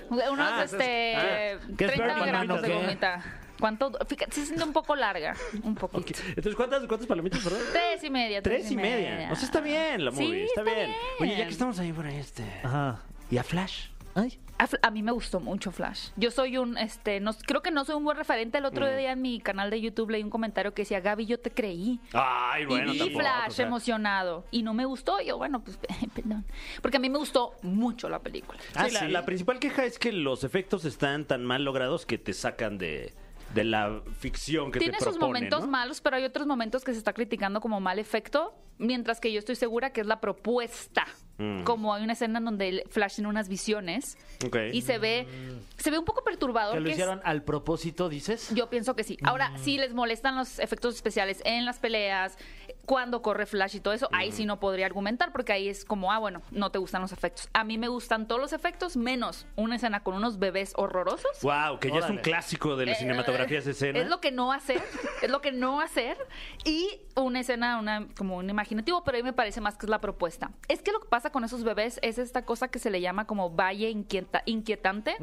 S11: Unos,
S1: Ah, esas-
S11: este,
S1: ah,
S2: ¿qué es
S11: 30
S2: Bergman,
S11: gramos
S2: o
S11: de
S2: qué?
S11: gomita. ¿Cuánto? du- Fíjate, se siente un poco larga, un poquito.
S1: Ok, Entonces, ¿cuántas, ¿cuántas palomitas, perdón?
S11: Tres y media.
S1: Tres y media. O sea, está bien la
S11: Sí,
S1: movie. está,
S11: está
S1: bien. Oye, ya
S11: bien.
S1: que estamos ahí por ahí, este.
S2: Ajá.
S1: ¿Y a Flash?
S2: Ay.
S11: A, Fl- a mí me gustó mucho Flash. Yo soy un, este, no, creo que no soy un buen referente. El
S1: Mm.
S11: otro día en mi canal de YouTube leí un comentario que decía, Gaby, yo te creí.
S1: Ay, bueno,
S11: y vi
S1: tampoco,
S11: Flash
S1: o sea.
S11: emocionado. Y no me gustó. Yo, bueno, pues, perdón. Porque a mí me gustó mucho la película.
S1: Sí, la, la principal queja es que los efectos están tan mal logrados que te sacan de. de la ficción que
S11: Tiene
S1: te
S11: sus
S1: propone,
S11: momentos
S1: ¿no?
S11: malos, pero hay otros momentos que se está criticando como mal efecto, mientras que yo estoy segura que es la propuesta.
S1: Mm.
S11: Como hay una escena en donde él flash en unas visiones
S1: Ok.
S11: y se ve se ve un poco perturbador.
S2: ¿Que lo
S11: que es-
S2: hicieron al propósito, dices?
S11: yo pienso que sí. Ahora,
S1: Mm.
S11: si les molestan los efectos especiales en las peleas, cuando corre Flash y todo eso,
S1: Mm.
S11: ahí sí no podría argumentar, porque ahí es como, ah, bueno, no te gustan los efectos. A mí me gustan todos los efectos, menos una escena con unos bebés horrorosos.
S1: Wow, que ya es un
S2: Órale.
S1: clásico de las
S11: Eh,
S1: cinematografías de escena.
S11: Es lo que no hacer, es lo que no hacer. Y una escena, una, como un imaginativo, pero a mí me parece más que es la propuesta. Es que lo que pasa con esos bebés es esta cosa que se le llama como valle inquieta- inquietante.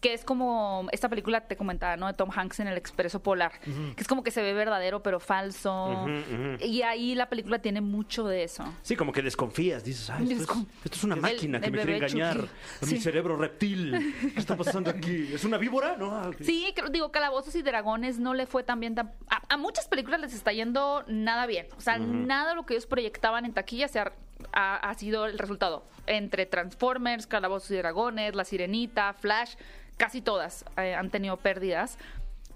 S11: Que es como esta película te comentaba, ¿no? De Tom Hanks en El Expreso Polar. Que es como que se ve verdadero, pero falso.
S1: Ujú, ujú.
S11: Y ahí la película tiene mucho de eso.
S1: Sí, como que desconfías, dices, "Ah, esto,
S11: Descon-
S1: es, esto es una
S11: El-
S1: máquina que
S11: el
S1: me quiere
S11: bebé
S1: engañar.
S11: Chucky.
S1: Mi
S11: Sí.
S1: cerebro reptil. ¿Qué está pasando aquí? ¿Es una víbora? No. ah, ok.
S11: Sí, creo- digo, Calabozos y Dragones no le fue tan bien. tan- a, a muchas películas les está yendo nada bien. O sea, nada de lo que ellos proyectaban en taquilla se ha, ha- ha sido el resultado. Entre Transformers, Calabozos y Dragones, La Sirenita, Flash, casi todas eh, han tenido pérdidas.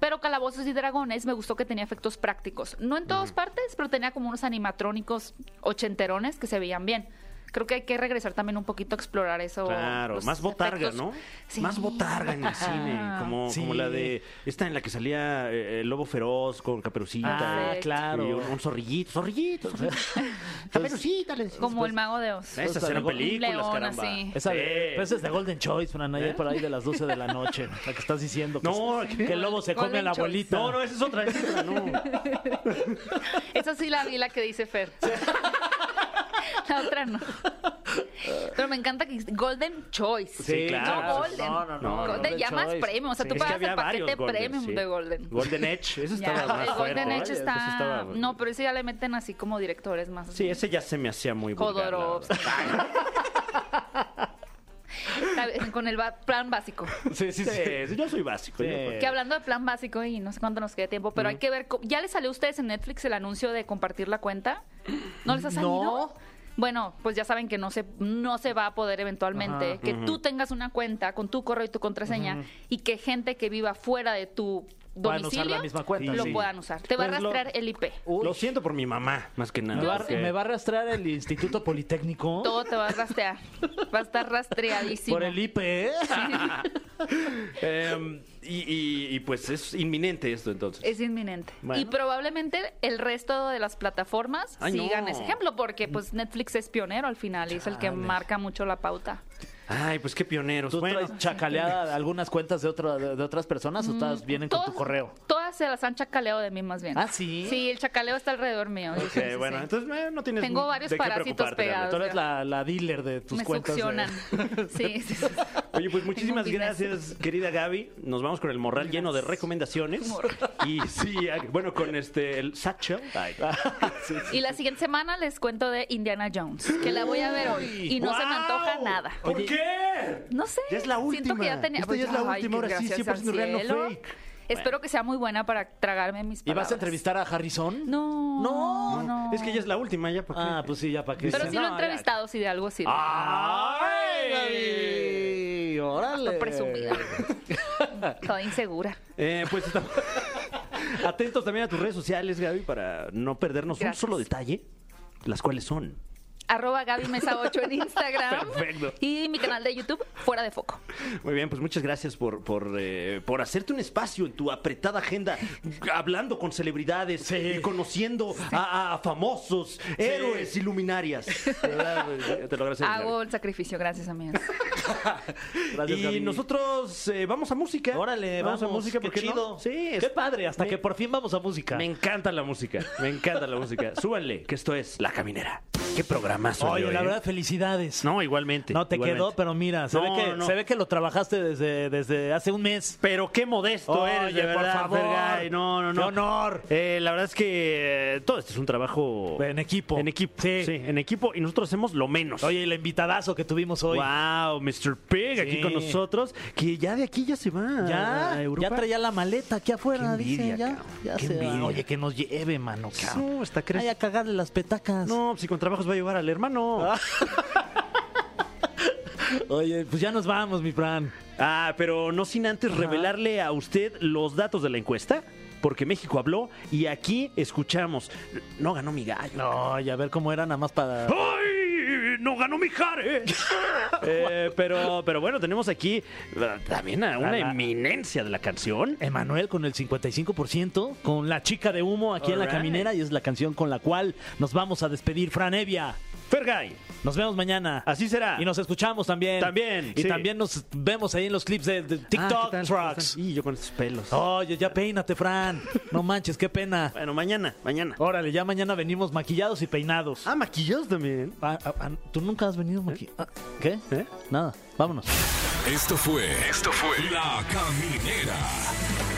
S11: Pero Calabozos y Dragones me gustó que tenía efectos prácticos. No en todas partes, pero tenía como unos animatrónicos ochenterones que se veían bien. Creo que hay que regresar también un poquito a explorar eso.
S1: Claro,
S11: los
S1: más botarga,
S11: efectos.
S1: ¿no?
S11: Sí.
S1: Más botarga en el cine, como,
S2: Sí.
S1: como la de esta en la que salía eh, el lobo feroz con caperucita.
S2: Ah,
S1: y-
S2: claro. Ah,
S1: y un, un zorrillito, zorrillito. caperucita, le decía.
S11: Como el mago de Oz.
S1: Esas eran
S2: Un
S1: películas,
S11: león,
S1: caramba.
S11: así.
S2: Esa
S1: Sí.
S2: de, pues es de Golden Choice, Fran, ahí por ahí de las 12 de la noche, la que estás diciendo. que
S1: No,
S2: es-
S1: ¿qué?
S2: que el lobo se come
S11: Golden
S2: ¿Eh? a la
S11: Choice.
S2: abuelita.
S1: No, no, esa es otra, esa es otra, no.
S11: Esa sí la vi, la que dice Fer. La otra no. Pero me encanta que Golden Choice.
S1: Sí, claro.
S11: No Golden.
S2: No, no, no,
S11: Golden
S2: Golden
S11: ya más
S2: Choice.
S11: premium. O sea,
S2: Sí.
S11: tú
S2: Es
S1: que
S11: pagas
S1: había
S11: el paquete
S1: varios Golden,
S11: premium
S1: sí.
S11: de Golden.
S1: Golden Edge, ese
S11: Ya,
S1: estaba más
S11: el
S1: fuerte.
S11: Golden Edge
S1: Ese
S11: está...
S1: estaba-
S11: No, pero ese ya le meten así como directores más.
S1: Sí, ese ya se me hacía muy vulgar. la
S11: Jodorowsky.
S1: verdad.
S11: Está bien, Con el ba- plan básico.
S2: Sí, sí, sí.
S1: Sí, yo soy básico.
S2: Sí.
S1: yo, pues.
S11: Que hablando de plan básico y no sé cuánto nos queda tiempo, pero hay que ver, co- ¿ya les salió a ustedes en Netflix el anuncio de compartir la cuenta? ¿No les ha salido?
S2: No.
S11: Bueno, pues ya saben que no se, no se va a poder eventualmente
S2: Ajá.
S11: que tú tengas una cuenta con tu correo y tu contraseña y que gente que viva fuera de tu
S2: Puedan usar
S11: domicilio
S2: la misma cuenta,
S11: lo
S2: sí.
S11: puedan usar. Te va a
S1: Pues lo-
S11: rastrear el IP.
S2: Uy,
S1: Lo siento por mi mamá, más que nada.
S2: me, va,
S1: porque-
S2: me va a arrastrar el Instituto Politécnico
S11: Todo te va a rastrear. Va a estar rastreadísimo.
S2: por el IP. ¿eh?
S1: Em, y, y- y, pues es inminente esto entonces.
S11: Es inminente.
S1: Bueno.
S11: Y probablemente el resto de las plataformas
S1: Ay,
S11: sigan
S1: no.
S11: ese ejemplo, porque pues Netflix es pionero al final y es el que marca mucho la pauta.
S1: Ay, pues qué pioneros.
S2: ¿Tú
S1: bueno,
S2: traes chacaleada de algunas cuentas de, otra- de, de otras personas o todas vienen con tu
S11: Todos-
S2: correo?
S11: Mm, Todas se las han chacaleado de mí más bien.
S2: ¿Ah, sí?
S11: Sí, el chacaleo está alrededor mío. Ah, Sí,
S1: ok,
S11: sí, sí,
S1: bueno,
S11: sí.
S1: entonces eh, no tienes
S11: Tengo varios
S1: de qué
S11: parásitos
S1: preocuparte, la
S11: pegados.
S2: Tú
S1: verdad.
S2: eres la, la dealer de tus
S11: Ah, Me
S2: cuentas. de-
S11: succionan. Sí, sí, sí.
S1: Oye, pues
S11: Tengo un
S1: muchísimas
S11: business.
S1: gracias, querida Gaby. Nos vamos con el morral lleno de recomendaciones. Y sí, ah, bueno, con este, el satchel. Ay. Sí, sí.
S11: Y la siguiente semana les cuento de Indiana Jones, que la voy a ver hoy y no se me antoja
S1: ¡Guau!
S11: nada.
S1: ¿Por qué?
S11: No sé.
S1: Ya es la
S11: Siento
S1: última.
S11: que ya tenía. pues,
S1: Esta ya es la
S11: ay,
S1: última, ahora sí,
S11: gracias
S1: 100%
S11: al
S1: real, no
S11: cielo.
S1: fake.
S11: Espero que sea muy buena para tragarme mis
S2: ¿Y
S11: palabras.
S2: vas a entrevistar a Harrison?
S11: No.
S2: No,
S11: no.
S1: Es que ya es la última, ya. ¿por qué?
S2: Ah, pues sí, ya Ah. para qué.
S11: Pero
S2: Sí.
S11: sí lo he entrevistado, si de algo sirve.
S2: ¡Ay, Gaby! ¡Órale!
S11: Estoy presumida. Toda insegura.
S1: Eh, pues estamos atentos también a tus redes sociales, Gaby, para no perdernos
S11: Gracias.
S1: un solo detalle, las cuales son.
S11: Arroba Gaby Mesa 8 en Instagram.
S1: Perfecto.
S11: Y mi canal de YouTube, Fuera de Foco.
S1: Muy bien, pues muchas gracias por, por, eh, por hacerte un espacio en tu apretada agenda, hablando con celebridades y conociendo a, a famosos, héroes y luminarias. De verdad, pues, Te lo agradezco.
S11: Hago el sacrificio, gracias, amigas.
S2: Gracias,
S1: y
S2: Gaby.
S1: nosotros eh, vamos a música.
S2: Órale, vamos,
S1: a música,
S2: qué
S1: porque
S2: chido.
S1: Sí, es-
S2: qué padre, hasta
S1: me-
S2: que por fin vamos a música.
S1: Me encanta la música, me encanta la música. Súbanle, que esto es La Caminera. Qué programazo.
S2: Oye,
S1: de hoy,
S2: la
S1: ¿eh?
S2: verdad, felicidades.
S1: No, igualmente.
S2: No te
S1: igualmente.
S2: quedó, pero mira, se,
S1: No,
S2: ve que,
S1: no, no.
S2: se ve que lo trabajaste desde, desde hace un mes.
S1: Pero qué modesto
S2: Oye,
S1: eres, de
S2: por
S1: verdad,
S2: favor.
S1: Fergay. No, no, no.
S2: ¡Qué honor!
S1: Eh, la verdad es que eh, todo esto es un trabajo
S2: En equipo.
S1: En equipo, sí.
S2: Sí.
S1: en equipo y nosotros hacemos lo menos.
S2: Oye, y la invitadazo que tuvimos hoy.
S1: wow, Mr. Pig aquí
S2: Sí.
S1: con nosotros, que ya de aquí ya se va
S2: Ya,
S1: a Europa.
S2: ya traía la maleta aquí afuera,
S1: Qué envidia,
S2: dice, ya,
S1: cabrón.
S2: ya
S1: Qué
S2: se va.
S1: envidia.
S2: Oye, que nos lleve, mano, cabrón.
S1: No, está
S2: Vaya a
S1: creciendo.
S2: cagarle las petacas.
S1: No, si con trabajos va a llevar Ah. al hermano.
S2: Oye, pues ya nos vamos, mi Fran.
S1: Ah, pero no sin antes revelarle a usted los datos de la encuesta. Porque México habló y aquí escuchamos. No ganó mi gallo.
S2: No, y a ver cómo era nada más para.
S1: ¡Ay! ¡No ganó mi jare! Eh, pero, pero bueno, tenemos aquí eh, también a una eminencia de la canción.
S2: Emanuel con el 55%, con la chica de humo aquí en la
S1: Alright.
S2: caminera y es la canción con la cual nos vamos a despedir, Fran Evia.
S1: Fergay,
S2: Nos vemos mañana.
S1: así será. Ah,
S2: Y nos escuchamos también. Ah,
S1: También,
S2: Y
S1: sí.
S2: también nos vemos ahí en los clips de, de TikTok Trucks.
S1: Y yo con estos pelos.
S2: Oye, ya peínate, Fran. No manches, qué pena.
S1: Bueno, mañana, mañana.
S2: Órale, ya mañana venimos maquillados y peinados.
S1: Ah, maquillados también.
S2: Ah, ah, ah, ¿Tú nunca has venido maquillado? ¿Qué?
S1: ¿Eh?
S2: Nada, vámonos.
S9: Esto fue. Esto fue. La Caminera.